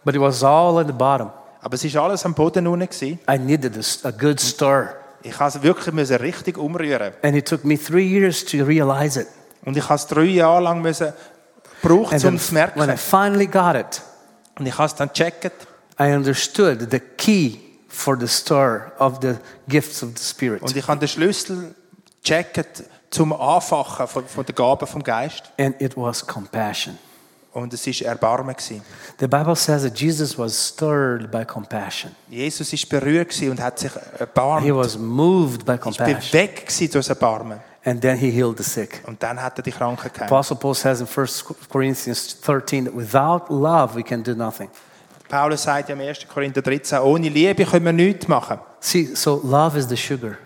Speaker 1: but it was all at the bottom
Speaker 2: aber es war alles am Boden unten. gewesen.
Speaker 1: i needed a, s- a good stir
Speaker 2: Ich musste es wirklich müssen richtig umrühren.
Speaker 1: and it took me three years to realize it
Speaker 2: Und ich musste es drei Jahre lang müssen
Speaker 1: and
Speaker 2: brauchen, um
Speaker 1: then
Speaker 2: es zu
Speaker 1: when i
Speaker 2: merken.
Speaker 1: finally got it
Speaker 2: Und ich habe es dann gecheckt.
Speaker 1: I understood the key for the stir of the gifts of the Spirit.
Speaker 2: Und ich habe den Schlüssel gecheckt zum Anfachen von, von der Gabe vom Geist.
Speaker 1: And it was compassion.
Speaker 2: Und es war Erbarmen. Gewesen.
Speaker 1: The Bible says that Jesus was stirred by compassion,
Speaker 2: Jesus war berührt gewesen und hat sich
Speaker 1: he
Speaker 2: erbarmt.
Speaker 1: was moved by
Speaker 2: Er war
Speaker 1: compassion,
Speaker 2: weg gewesen durch das Erbarmen.
Speaker 1: and then he healed the sick.
Speaker 2: Und dann hat er die Kranken geheilt.
Speaker 1: Apostle Paul says in 1 Corinthians 13 that without love we can do nothing.
Speaker 2: Paulus sagt ja im 1. Korinther 13, ohne Liebe können wir nichts machen.
Speaker 1: See, so love is the sugar.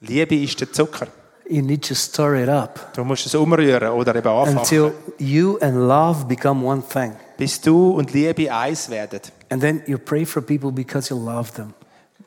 Speaker 2: Liebe ist der Zucker.
Speaker 1: You need to stir it up
Speaker 2: Du musst es umrühren oder eben anfachen.
Speaker 1: until you and love become one thing.
Speaker 2: bis du und Liebe eins werden.
Speaker 1: And then you pray for people because you love them.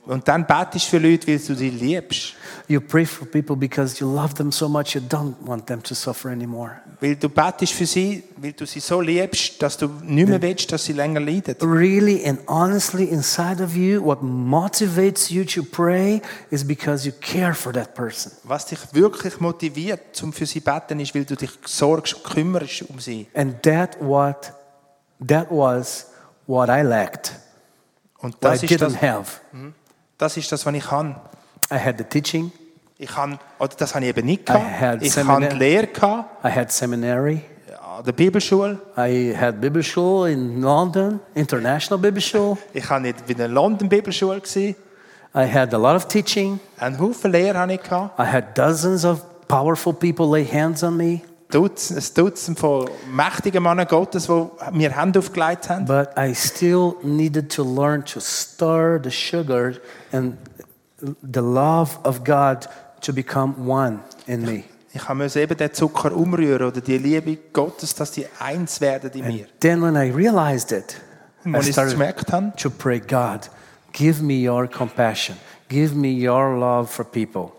Speaker 2: Und dann betest du für Leute, weil du sie liebst.
Speaker 1: You pray for people because you love them so much you don't want them to suffer anymore.
Speaker 2: Weil du betest für sie, weil du sie so liebst, dass du nicht mehr willst, dass sie länger leiden.
Speaker 1: Really and honestly, inside of you, what motivates you to pray is because you care for that person.
Speaker 2: Was dich wirklich motiviert, um für sie zu beten, ist, weil du dich sorgst und kümmerst um sie.
Speaker 1: And that what that was what I lacked.
Speaker 2: Und
Speaker 1: What
Speaker 2: das
Speaker 1: I
Speaker 2: ist
Speaker 1: didn't
Speaker 2: das,
Speaker 1: have.
Speaker 2: das ist das, was ich kann.
Speaker 1: I had the teaching,
Speaker 2: Ich kann, oder das habe ich eben nicht
Speaker 1: I had
Speaker 2: gehabt. Ich
Speaker 1: seminar-
Speaker 2: habe die Lehre gehabt,
Speaker 1: I had seminary,
Speaker 2: an der Bibelschule.
Speaker 1: I had Bible school in London, international Bible school.
Speaker 2: Ich war nicht in der London Bibelschule. Gewesen.
Speaker 1: I had a lot of teaching.
Speaker 2: Einen Haufen Lehre habe ich gehabt.
Speaker 1: I had dozens of powerful people lay hands on me.
Speaker 2: Dutz, ein Dutzend von mächtigen Männern Gottes, die mir Hände aufgelegt haben.
Speaker 1: But I still needed to learn to stir the sugar and the love of God to become one in me.
Speaker 2: Ich muss eben den Zucker umrühren oder die Liebe Gottes, dass die eins werden in mir.
Speaker 1: Then, when I realized it,
Speaker 2: Und
Speaker 1: I
Speaker 2: als ich es
Speaker 1: started
Speaker 2: gemerkt habe,
Speaker 1: to pray, God, give me your compassion, give me your love for people.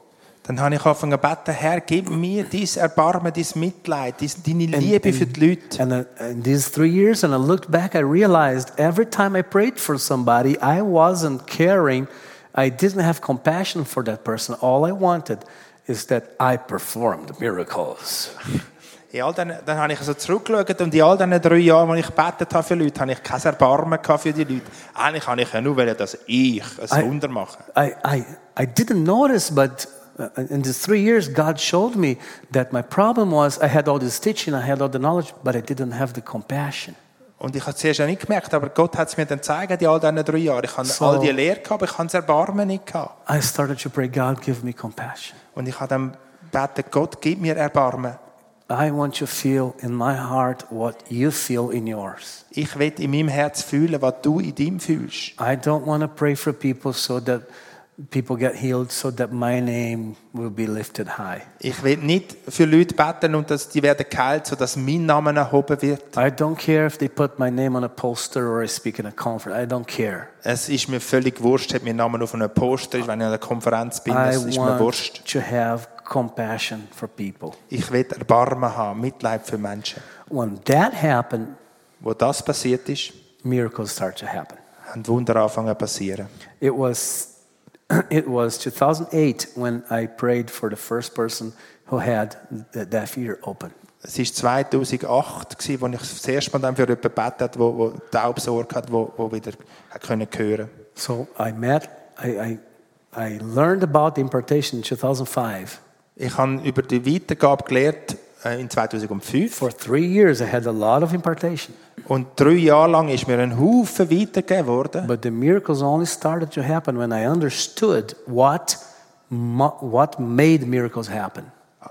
Speaker 2: dann habe ich angefangen zu beten, Herr, gib mir dein Erbarmen, dein Mitleid, dies- deine Liebe für die Leute.
Speaker 1: And uh, in these three years, and I looked back, I realized every time I prayed for somebody, I wasn't caring. I didn't have compassion for that person. All I wanted is that I performed miracles.
Speaker 2: In all den, dann habe ich so zurückgeschaut und in all diesen drei Jahren, wo ich gebetet habe für Leute, habe ich kein Erbarmen gehabt für die Leute. Eigentlich habe ich ja nur wollen, dass ich ein
Speaker 1: Ei.
Speaker 2: Wunder mache.
Speaker 1: I, I, I didn't notice, but uh, in these three years, God showed me that my problem was I had all this teaching, I had all the knowledge, but I didn't have the compassion.
Speaker 2: Und ich habe es zuerst ja nicht gemerkt, aber Gott hat es mir dann gezeigt in all diesen drei Jahren. Ich habe
Speaker 1: So.
Speaker 2: all die Lehre gehabt, aber ich habe das Erbarmen nicht gehabt.
Speaker 1: I started to pray, God, give me compassion.
Speaker 2: Und ich habe dann gebeten, Gott, gib mir Erbarmen.
Speaker 1: I want to feel in my heart what you feel in yours.
Speaker 2: Ich will in meinem Herz fühlen, was du in deinem fühlst.
Speaker 1: I don't want to pray for people so that people get healed, so that my name will be lifted high.
Speaker 2: Ich will nicht für Leute beten und dass die werden geheilt, sodass mein Name erhoben wird.
Speaker 1: I don't care if they put my name on a poster or I speak in a conference. I don't care.
Speaker 2: Es ist mir völlig wurscht, ob mein Name auf einem Poster ist, wenn ich an einer Konferenz bin.
Speaker 1: I
Speaker 2: Es ist mir
Speaker 1: want
Speaker 2: wurscht.
Speaker 1: to have compassion for people.
Speaker 2: Ich will Erbarmen haben, Mitleid für Menschen.
Speaker 1: When that happened,
Speaker 2: Wo das passiert ist,
Speaker 1: miracles start to happen.
Speaker 2: haben Wunder angefangen zu passieren.
Speaker 1: It was, [CLEARS THROAT] it was 2008 when I prayed for the first person who had the deaf ear open.
Speaker 2: Es war 2008, gewesen, als ich das erste Mal dann für jemanden gebetet habe, wo, wo Taubsorge hat, wo, wo wieder hat können hören
Speaker 1: So I met, I, I, I learned about the impartation in 2005.
Speaker 2: Ich habe über die Weitergabe gelernt äh, in 2005
Speaker 1: For three years, I had a lot of impartation,
Speaker 2: und drei Jahre lang ist mir ein Haufen weitergegeben worden.
Speaker 1: but the miracles only started to happen when I understood what, mo- what made miracles happen.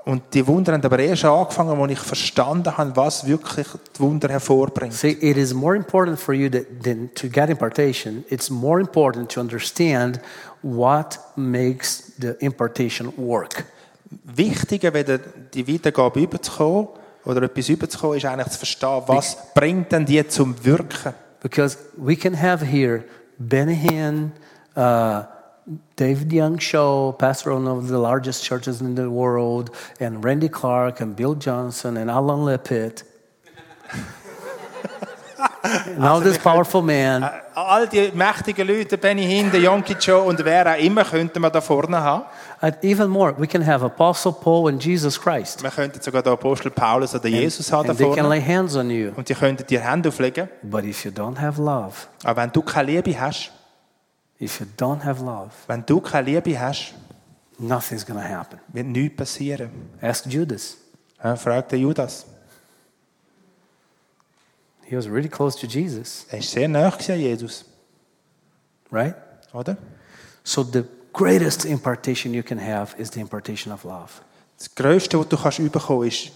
Speaker 2: Und die Wunder haben aber erst angefangen, als ich verstanden habe, was wirklich die Wunder hervorbringt.
Speaker 1: See, it is more important for you that, than to get impartation. It's more important to understand what makes the impartation work.
Speaker 2: Wichtiger, weder die Weitergabe überzukommen oder etwas überzukommen, ist eigentlich zu verstehen, was bringt denn die zum Wirken.
Speaker 1: Because we can have here Benny Hinn, uh, David Young Show, pastor of one of the largest churches in the world, and Randy Clark and Bill Johnson and Alan Lepit. and all this powerful man.
Speaker 2: All die mächtigen Leute, Benny Hinn, der Yonki Joe und wer auch immer, könnten wir da vorne haben.
Speaker 1: And Uh, even more, we can have Apostle Paul and Jesus Christ.
Speaker 2: Wir könnten sogar den Apostel Paulus oder Jesus haben da
Speaker 1: And they can
Speaker 2: vorne.
Speaker 1: lay hands on you.
Speaker 2: Und die könnten dir Hände auflegen.
Speaker 1: But if you don't have love,
Speaker 2: Aber wenn du keine Liebe hast,
Speaker 1: if you don't have love,
Speaker 2: wenn du keine Liebe hast,
Speaker 1: nothing's going to happen.
Speaker 2: wird nichts passieren.
Speaker 1: Ask Judas.
Speaker 2: Ja, fragt der Judas.
Speaker 1: He was really close to Jesus,
Speaker 2: Er war sehr nah an Jesus,
Speaker 1: right?
Speaker 2: oder?
Speaker 1: So the greatest impartation you can have is the impartation of love.
Speaker 2: Das Größte, was du kannst bekommen kannst, ist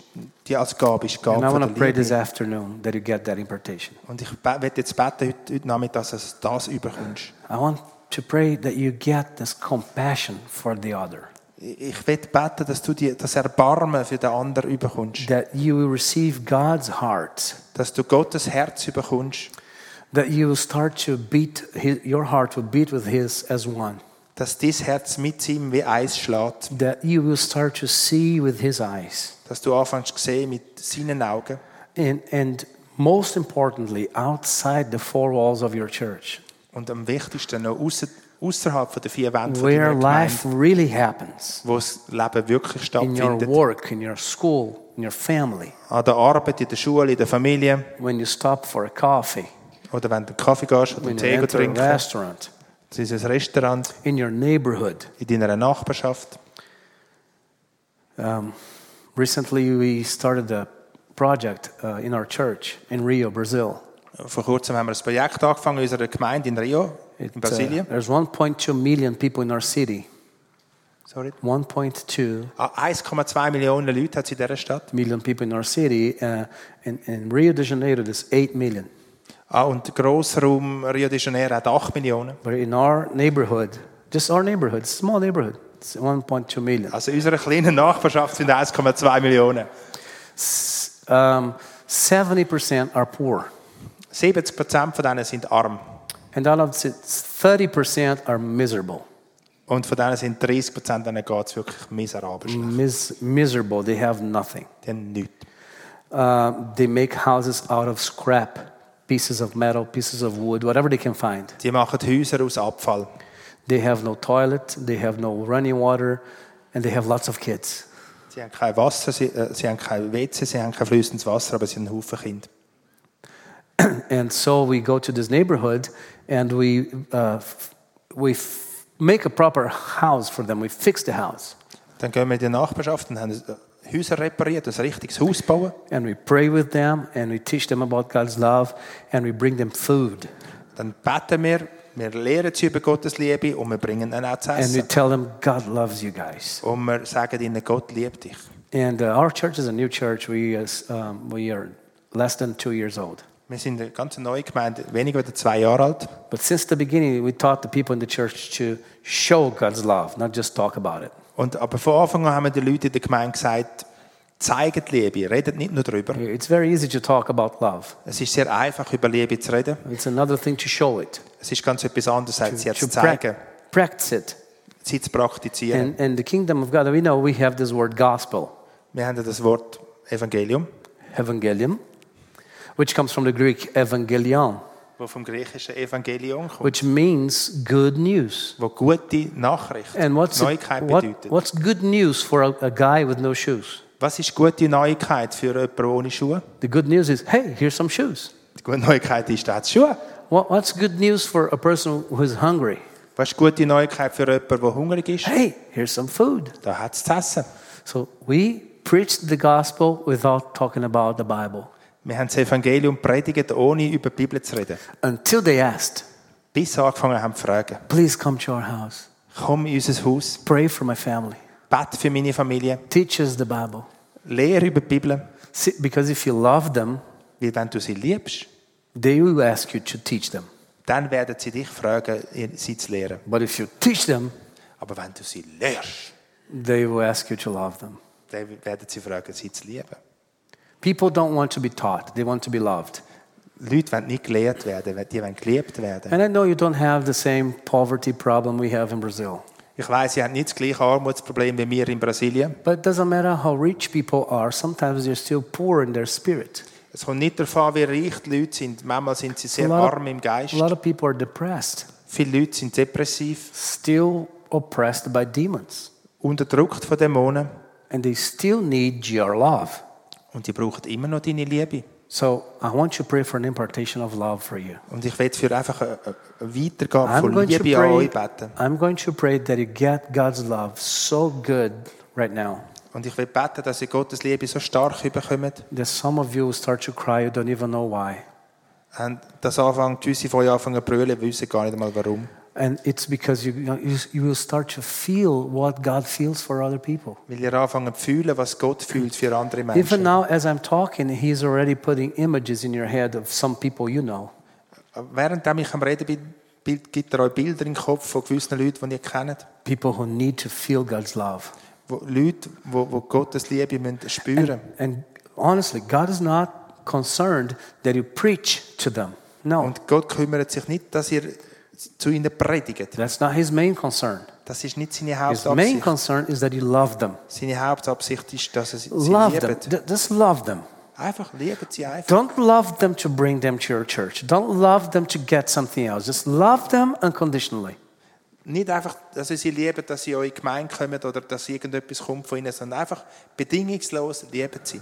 Speaker 2: die als Gabe, ist die Gabe
Speaker 1: And I
Speaker 2: von
Speaker 1: want to
Speaker 2: der
Speaker 1: pray
Speaker 2: Liebe.
Speaker 1: this afternoon that you get that impartation.
Speaker 2: Und ich werde jetzt beten heute, heute Nachmittag, dass du das überkommst.
Speaker 1: I want to pray that you get this compassion for the other,
Speaker 2: Ich ich will beten, dass du die, das Erbarmen für den anderen überkommst.
Speaker 1: that you will receive God's heart,
Speaker 2: Dass du Gottes Herz überkommst.
Speaker 1: that you will start to beat, his, your heart will beat with His as one,
Speaker 2: Dass dein Herz mit ihm wie Eis schlägt.
Speaker 1: that you will start to see with His eyes.
Speaker 2: Dass du anfängst zu sehen mit seinen Augen.
Speaker 1: And, and most importantly, outside the four walls of your church,
Speaker 2: Und am wichtigsten noch ausser, außerhalb der vier Wände von
Speaker 1: where
Speaker 2: deiner Gemeinde,
Speaker 1: life really happens
Speaker 2: wo das Leben wirklich
Speaker 1: in your
Speaker 2: stattfindet.
Speaker 1: work, in your school, in your family,
Speaker 2: An der Arbeit, in der Schule, in der Familie.
Speaker 1: when you stop for a coffee,
Speaker 2: Oder wenn du einen Kaffee gehst oder
Speaker 1: when
Speaker 2: einen
Speaker 1: you
Speaker 2: Tee
Speaker 1: enter a
Speaker 2: trinkst.
Speaker 1: restaurant,
Speaker 2: Das ist ein Restaurant
Speaker 1: in your neighborhood.
Speaker 2: in deiner Nachbarschaft.
Speaker 1: Recently, we started a project uh, in our church in Rio, Brazil.
Speaker 2: Vor kurzem haben wir ein Projekt angefangen in unserer Gemeinde in Rio, in
Speaker 1: It, uh,
Speaker 2: Brasilien.
Speaker 1: there's 1.2 million people in our city.
Speaker 2: Sorry.
Speaker 1: 1.2
Speaker 2: Ah, 1,2 Millionen Leute hat es in dieser Stadt.
Speaker 1: million people in our city. Uh, in, in Rio de Janeiro, there's 8 million.
Speaker 2: Ah, und der Grossraum Rio de Janeiro hat 8 Millionen.
Speaker 1: But in our neighborhood, just our neighborhood, small neighborhood, it's 1.2 million.
Speaker 2: Also in unserer kleinen Nachbarschaft sind 1,2 Millionen.
Speaker 1: Um, 70% are poor.
Speaker 2: 70 Prozent von denen sind arm.
Speaker 1: And out of it, 30% are miserable.
Speaker 2: Und von denen sind 30 Prozent, denen geht es wirklich miserabel.
Speaker 1: Mhm.
Speaker 2: schlecht.
Speaker 1: Mis- miserable, they have nothing.
Speaker 2: Die haben nichts.
Speaker 1: Uh, they make houses out of scrap, pieces of metal, pieces of wood, whatever they can find.
Speaker 2: Die machen Häuser aus Abfall.
Speaker 1: They have no toilet, they have no running water, and they have lots of kids.
Speaker 2: Sie haben kein Wasser, sie, äh, sie haben kein WC, sie haben kein fließendes Wasser, aber sie haben einen Haufen Kinder.
Speaker 1: And so we go to this neighborhood and we, uh, f- we f- make a proper house for them. We fix the house
Speaker 2: Dann gehen wir in die Nachbarschaft und haben äh, Häuser repariert, ein richtiges Haus bauen.
Speaker 1: and we pray with them and we teach them about God's love and we bring them food
Speaker 2: Dann beten wir, wir lehren sie über Gottes Liebe und wir bringen ihnen auch zu
Speaker 1: and we
Speaker 2: essen.
Speaker 1: tell them God loves you guys.
Speaker 2: Und wir sagen ihnen, Gott liebt dich.
Speaker 1: And uh, our church is a new church. We, is, um, we are less than two years old.
Speaker 2: Wir sind eine ganz neue Gemeinde, weniger als zwei Jahre alt.
Speaker 1: But since the beginning, we taught the people in the church to show God's love, not just talk about it.
Speaker 2: Und aber von Anfang an haben wir den Leuten in der Gemeinde gesagt, zeigt Liebe, redet nicht nur darüber.
Speaker 1: It's very easy to talk about love.
Speaker 2: Es ist sehr einfach, über Liebe zu reden.
Speaker 1: It's another thing to show it.
Speaker 2: Es ist ganz etwas anderes, als sie
Speaker 1: to
Speaker 2: zu zeigen,
Speaker 1: prac- practice it.
Speaker 2: sie zu praktizieren.
Speaker 1: And, and the kingdom of God, we know we have this word gospel,
Speaker 2: Wir haben ja das Wort Evangelium,
Speaker 1: evangelium, which comes from the Greek evangelion,
Speaker 2: wo vom griechischen Evangelium kommt,
Speaker 1: which means good news.
Speaker 2: wo gute Nachricht,
Speaker 1: And what's,
Speaker 2: Neuigkeit
Speaker 1: what-
Speaker 2: bedeutet.
Speaker 1: what's good news for a, a guy with no shoes?
Speaker 2: Was ist gute Neuigkeit für jemanden ohne Schuhe?
Speaker 1: The good news is, hey, here's some shoes.
Speaker 2: Die gute Neuigkeit ist, er hat Schuhe.
Speaker 1: What, what's good news for a person who's hungry?
Speaker 2: Was ist gute Neuigkeit für jemanden, der hungrig ist?
Speaker 1: Hey, here's some food.
Speaker 2: Da hat es zu essen.
Speaker 1: So we preach the gospel without talking about the Bible
Speaker 2: Wir haben das Evangelium predigt, ohne über die Bibel zu reden.
Speaker 1: until they asked,
Speaker 2: Bis sie angefangen haben zu fragen.
Speaker 1: please come to our house,
Speaker 2: Komm in unser Haus,
Speaker 1: pray for my family,
Speaker 2: bett für meine Familie,
Speaker 1: teach us the Bible.
Speaker 2: lehre über die Bibel.
Speaker 1: See, because if you love them,
Speaker 2: Weil wenn du sie liebst,
Speaker 1: they will ask you to teach them.
Speaker 2: dann werden sie dich fragen, ihr- sie zu lehren.
Speaker 1: But if you teach them,
Speaker 2: Aber wenn du sie lehrst,
Speaker 1: they will ask you to love them.
Speaker 2: dann werden sie fragen, sie zu lieben.
Speaker 1: People don't want to be taught, they want to be loved.
Speaker 2: Leute wollen nicht gelehrt werden, die wollen geliebt werden.
Speaker 1: And I know you don't have the same poverty problem we have in Brazil.
Speaker 2: Ich weiß, sie haben nicht das gleiche Armutsproblem wie wir in Brasilien.
Speaker 1: But it doesn't matter how rich people are, sometimes they're still poor in their spirit.
Speaker 2: Es kommt nicht darauf an, wie reich die Leute sind. Manchmal sind sie sehr
Speaker 1: A lot of-
Speaker 2: arm im
Speaker 1: A
Speaker 2: Geist.
Speaker 1: lot of people are depressed,
Speaker 2: Viele Leute sind depressiv,
Speaker 1: still oppressed by demons,
Speaker 2: unterdrückt von Dämonen.
Speaker 1: and they still need your love.
Speaker 2: Und die brauchen immer noch deine Liebe.
Speaker 1: So I want you to pray for an impartation of love for you.
Speaker 2: Und ich werde für einfach eine eine Weitergabe
Speaker 1: I'm
Speaker 2: von
Speaker 1: going, to
Speaker 2: Liebe an euch
Speaker 1: pray,
Speaker 2: beten.
Speaker 1: I'm going to pray that you get God's love so good right now
Speaker 2: Und ich will beten, dass ihr Gottes Liebe so stark überkommt.
Speaker 1: that some of you will start to cry, you don't even know why.
Speaker 2: Und das anfangen, gewisse von euch anfangen zu brüllen, wir wissen gar nicht einmal warum.
Speaker 1: And it's because you, you, know, you- you will start to feel what God feels for other people.
Speaker 2: Weil ihr anfangen zu fühlen, was Gott fühlt für andere
Speaker 1: Even
Speaker 2: Menschen.
Speaker 1: now, as I'm talking, He's already putting images in your head of some people you know.
Speaker 2: Während ich am Reden bin, Bild- gibt er euch Bilder im Kopf von gewissen Leuten, die ihr kennt.
Speaker 1: people who need to feel God's love.
Speaker 2: Wo Leute, die wo, wo Gottes Liebe müssen spüren
Speaker 1: And, and honestly, God is not concerned that you preach to them. No,
Speaker 2: Und Gott kümmert sich nicht, dass ihr zu ihnen predigt.
Speaker 1: that's not His main concern.
Speaker 2: Das ist nicht seine
Speaker 1: His main
Speaker 2: Hauptabsicht.
Speaker 1: concern is that you love them.
Speaker 2: Seine Hauptabsicht ist, dass er sie, sie
Speaker 1: Love them.
Speaker 2: liebt.
Speaker 1: Ju- Just love them.
Speaker 2: Einfach liebt sie einfach.
Speaker 1: Don't love them to bring them to your church. Don't love them to get something else. Just love them unconditionally.
Speaker 2: Nicht einfach, dass ihr sie liebt, dass sie in eure Gemeinde kommen oder dass irgendetwas kommt von ihnen, sondern einfach bedingungslos liebt sie.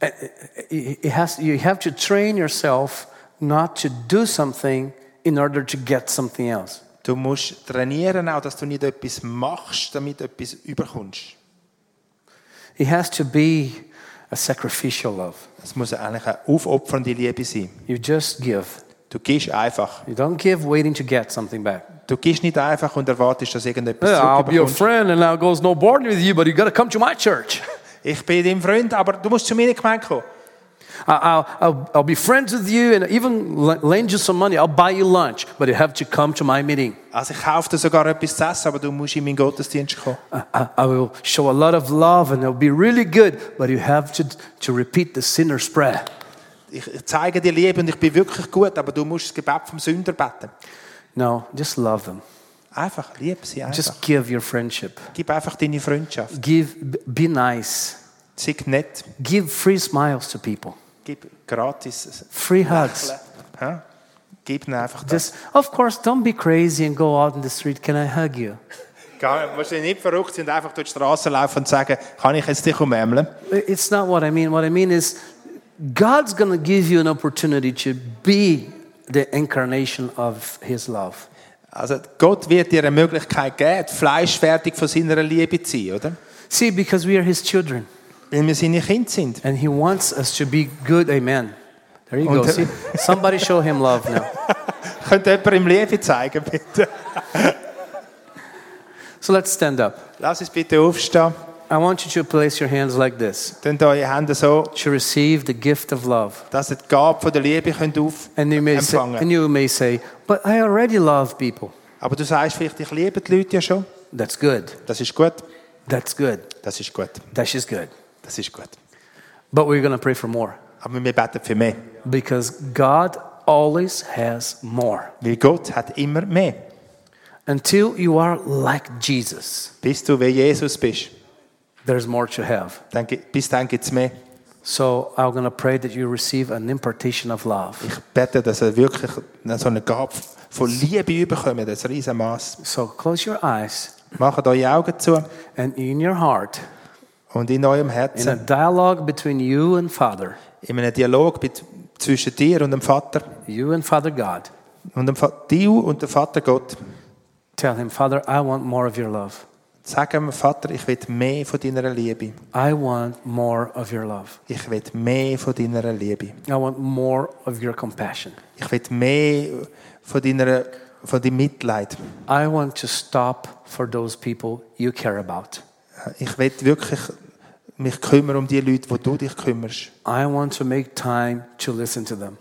Speaker 1: It it has, you have to train yourself not to do something in order to get something else.
Speaker 2: Du musst trainieren, auch dass du nicht etwas machst, damit du etwas überkommst.
Speaker 1: It has to be a sacrificial love.
Speaker 2: Es muss eigentlich eine aufopfernde Liebe sein.
Speaker 1: You just give.
Speaker 2: Du gibst einfach.
Speaker 1: You don't give waiting to get something back.
Speaker 2: Du gibst nicht einfach und erwartest, dass irgendetwas
Speaker 1: I'll be your
Speaker 2: zurückbekommst.
Speaker 1: friend and I'll go snowboarding with you, but you got to come to my church.
Speaker 2: Ich bin dein Freund, aber du musst zu mir in die Gemeinde kommen.
Speaker 1: [LAUGHS] I- I'll, I'll, I'll be friends with you and even l- lend you some money. I'll buy you lunch, but you have to come to my meeting.
Speaker 2: Also ich kaufe dir sogar etwas zu essen, aber du musst in meinen Gottesdienst kommen.
Speaker 1: I, I- I will show a lot of love and it'll be really good, but you have to, to repeat the sinner's prayer.
Speaker 2: Ich ich zeige dir Liebe und ich bin wirklich gut, aber du musst das Gebet vom Sünder beten.
Speaker 1: No, just love them.
Speaker 2: Einfach, lieb sie einfach.
Speaker 1: Just give your friendship.
Speaker 2: Gib einfach deine Freundschaft.
Speaker 1: Give, b- be nice.
Speaker 2: Sei nett.
Speaker 1: Give free smiles to people,
Speaker 2: Gib gratis.
Speaker 1: free
Speaker 2: [LAUGHS]
Speaker 1: hugs.
Speaker 2: Hä? Gib ihnen einfach das.
Speaker 1: Just, of course, don't be crazy and go out in the street. Can I hug you?
Speaker 2: Du musst nicht verrückt sein und einfach durch die Straße laufen und sagen, kann ich jetzt dich umämmeln?
Speaker 1: It's not what I mean. What I mean is, God's going to give you an opportunity to be the incarnation of His love.
Speaker 2: Also Gott wird dir eine Möglichkeit geben, die Fleischfertig von seiner Liebe zu sein, oder?
Speaker 1: See, because we are His children,
Speaker 2: Weil wir seine Kinder sind.
Speaker 1: and He wants us to be good. Amen. There you go.
Speaker 2: Und-
Speaker 1: See, somebody show Him love now.
Speaker 2: Könnte jemand ihm Liebe zeigen, bitte?
Speaker 1: So let's stand up.
Speaker 2: Lass uns bitte aufstehen.
Speaker 1: I want you to place your hands like this
Speaker 2: Dann eure Hände so,
Speaker 1: to receive the gift of love.
Speaker 2: dass ihr die Gabe von der Liebe könnt auf
Speaker 1: And you may say,
Speaker 2: empfangen
Speaker 1: and you may say, but I already love people.
Speaker 2: Aber du sagst vielleicht, ich liebe die Leute ja schon.
Speaker 1: That's good.
Speaker 2: Das ist gut.
Speaker 1: That's good.
Speaker 2: Das ist gut.
Speaker 1: That's just good.
Speaker 2: Das ist gut.
Speaker 1: But we're going to pray for more.
Speaker 2: Aber wir beten für mehr.
Speaker 1: Because God always has more.
Speaker 2: Weil Gott hat immer mehr.
Speaker 1: Until you are like Jesus,
Speaker 2: Bis du wie Jesus bist,
Speaker 1: there's more to have.
Speaker 2: dann, gi- bis dann gibt es mehr.
Speaker 1: So I'm going to pray that you receive an impartation of love.
Speaker 2: Ich bete, dass er wirklich so eine Gabe von Liebe bekommt, ein riesen Mass.
Speaker 1: So close your eyes
Speaker 2: Macht eure Augen zu
Speaker 1: and in your heart,
Speaker 2: und in eurem
Speaker 1: in a
Speaker 2: Herzen,
Speaker 1: dialogue between you and Father,
Speaker 2: in einem Dialog mit, zwischen dir und dem Vater
Speaker 1: you and Father God.
Speaker 2: und dem Fa- du und dem Vater Gott.
Speaker 1: Tell him, Father, I want more of your love.
Speaker 2: Sag dem Vater, ich will mehr von deiner Liebe.
Speaker 1: I want more of your love.
Speaker 2: Ich will mehr von deiner Liebe.
Speaker 1: I want more of your compassion.
Speaker 2: Ich will mehr von deiner von deinem Mitleid.
Speaker 1: I want to stop for those people you care about.
Speaker 2: Ich will wirklich mich kümmern um die Leute, wo du dich kümmerst.
Speaker 1: I want to make time to listen to them.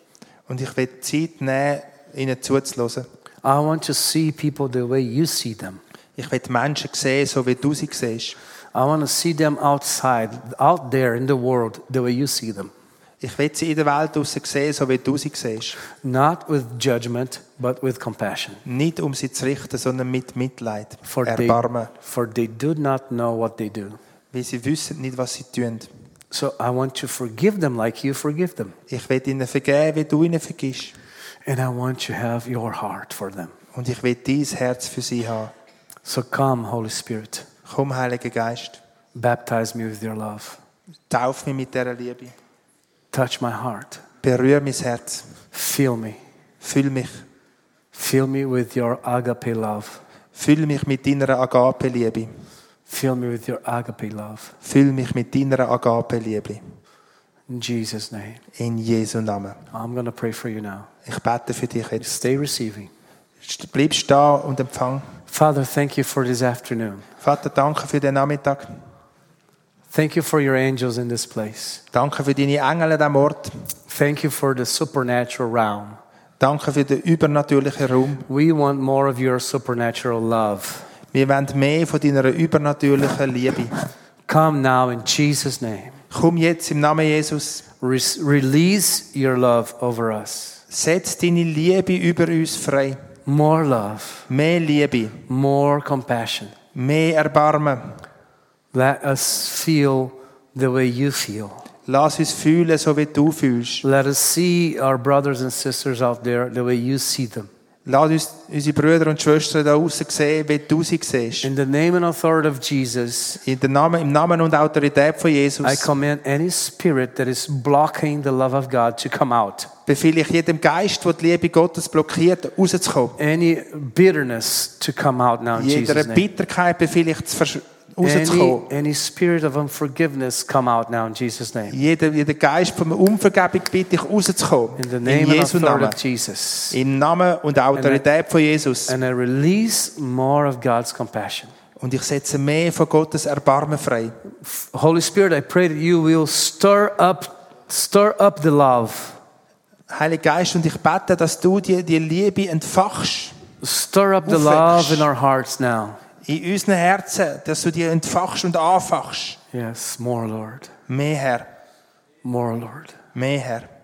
Speaker 2: Und ich will Zeit nehmen, ihnen zuzuhören.
Speaker 1: I want to see people the way you see them.
Speaker 2: Ich will die Menschen sehen, so wie du sie siehst.
Speaker 1: I want to see them outside, out there in the world, the way you see them.
Speaker 2: Ich will sie in der Welt draussen sehen, so wie du sie siehst.
Speaker 1: Not with judgment, but with compassion.
Speaker 2: Nicht um sie zu richten, sondern mit Mitleid,
Speaker 1: For they,
Speaker 2: Erbarmen.
Speaker 1: for they do not know what they do.
Speaker 2: Weil sie wissen nicht, was sie tun.
Speaker 1: So I want to forgive them like you forgive them.
Speaker 2: Ich will ihnen vergeben, wie du ihnen vergisst.
Speaker 1: And I want to have your heart for them.
Speaker 2: Und ich will dein Herz für sie haben.
Speaker 1: So come, Holy Spirit,
Speaker 2: Komm, Heiliger Geist,
Speaker 1: baptize me with your love.
Speaker 2: tauf mich mit dieser Liebe.
Speaker 1: Touch my heart.
Speaker 2: Berühre mein Herz.
Speaker 1: Fill me.
Speaker 2: Füll mich.
Speaker 1: Fill me with your agape love.
Speaker 2: Füll mich mit deiner Agape-Liebe.
Speaker 1: Fill me with your agape love.
Speaker 2: Füll mich mit deiner Agape-Liebe.
Speaker 1: In Jesus' name.
Speaker 2: In Jesu Namen.
Speaker 1: I'm going to pray for you now.
Speaker 2: Ich bete für dich jetzt.
Speaker 1: Stay receiving.
Speaker 2: St- Bleib stehen und empfang.
Speaker 1: Father, thank you for this afternoon.
Speaker 2: Vater, danke für den Nachmittag.
Speaker 1: Thank you for your angels in this place.
Speaker 2: Danke für deine Engel an diesem Ort.
Speaker 1: Thank you for the supernatural realm.
Speaker 2: Danke für den übernatürlichen Raum.
Speaker 1: We want more of your supernatural love.
Speaker 2: Wir wollen mehr von deiner übernatürlichen Liebe.
Speaker 1: Come now in Jesus' name.
Speaker 2: Komm jetzt im Namen Jesus.
Speaker 1: Re- release your love over us.
Speaker 2: Setz deine Liebe über uns frei.
Speaker 1: More love,
Speaker 2: Mehr Liebe,
Speaker 1: more compassion.
Speaker 2: mehr Erbarmen.
Speaker 1: Let us feel the way you feel.
Speaker 2: Lass uns fühlen, so wie du fühlst.
Speaker 1: Let us see our brothers and sisters out there the way you see them.
Speaker 2: Lass uns unsere Brüder und Schwestern da draussen sehen, wie du sie siehst.
Speaker 1: In the name and authority of Jesus,
Speaker 2: In den Namen, Im Namen und Autorität von
Speaker 1: I
Speaker 2: Jesus
Speaker 1: command any spirit that is blocking the love of God to come out.
Speaker 2: befehle ich jedem Geist, der die Liebe Gottes blockiert, rauszukommen.
Speaker 1: Any bitterness to come out now in
Speaker 2: Jeder
Speaker 1: Jesus' name.
Speaker 2: Bitterkeit befehle ich, zu versch- rauszukommen.
Speaker 1: Any, any spirit of unforgiveness come out now in Jesus' name.
Speaker 2: Jeder, jeder Geist von Unvergebung bitte ich rauszukommen.
Speaker 1: In the
Speaker 2: In
Speaker 1: name and
Speaker 2: Jesu
Speaker 1: authority
Speaker 2: Namen.
Speaker 1: of Jesus.
Speaker 2: Im Namen und Autorität von Jesus.
Speaker 1: And I release more of God's compassion.
Speaker 2: Und ich setze mehr von Gottes Erbarmen frei.
Speaker 1: Holy Spirit, I pray that you will stir up, stir up the love.
Speaker 2: Heiliger Geist, und ich bete, dass du die, die Liebe entfachst.
Speaker 1: Stir up the
Speaker 2: Ufe.
Speaker 1: love in our hearts now.
Speaker 2: In unseren Herzen, dass du die entfachst und anfachst.
Speaker 1: Yes, more, Lord.
Speaker 2: Mehr Herr,
Speaker 1: More, Lord.
Speaker 2: mehr Herr,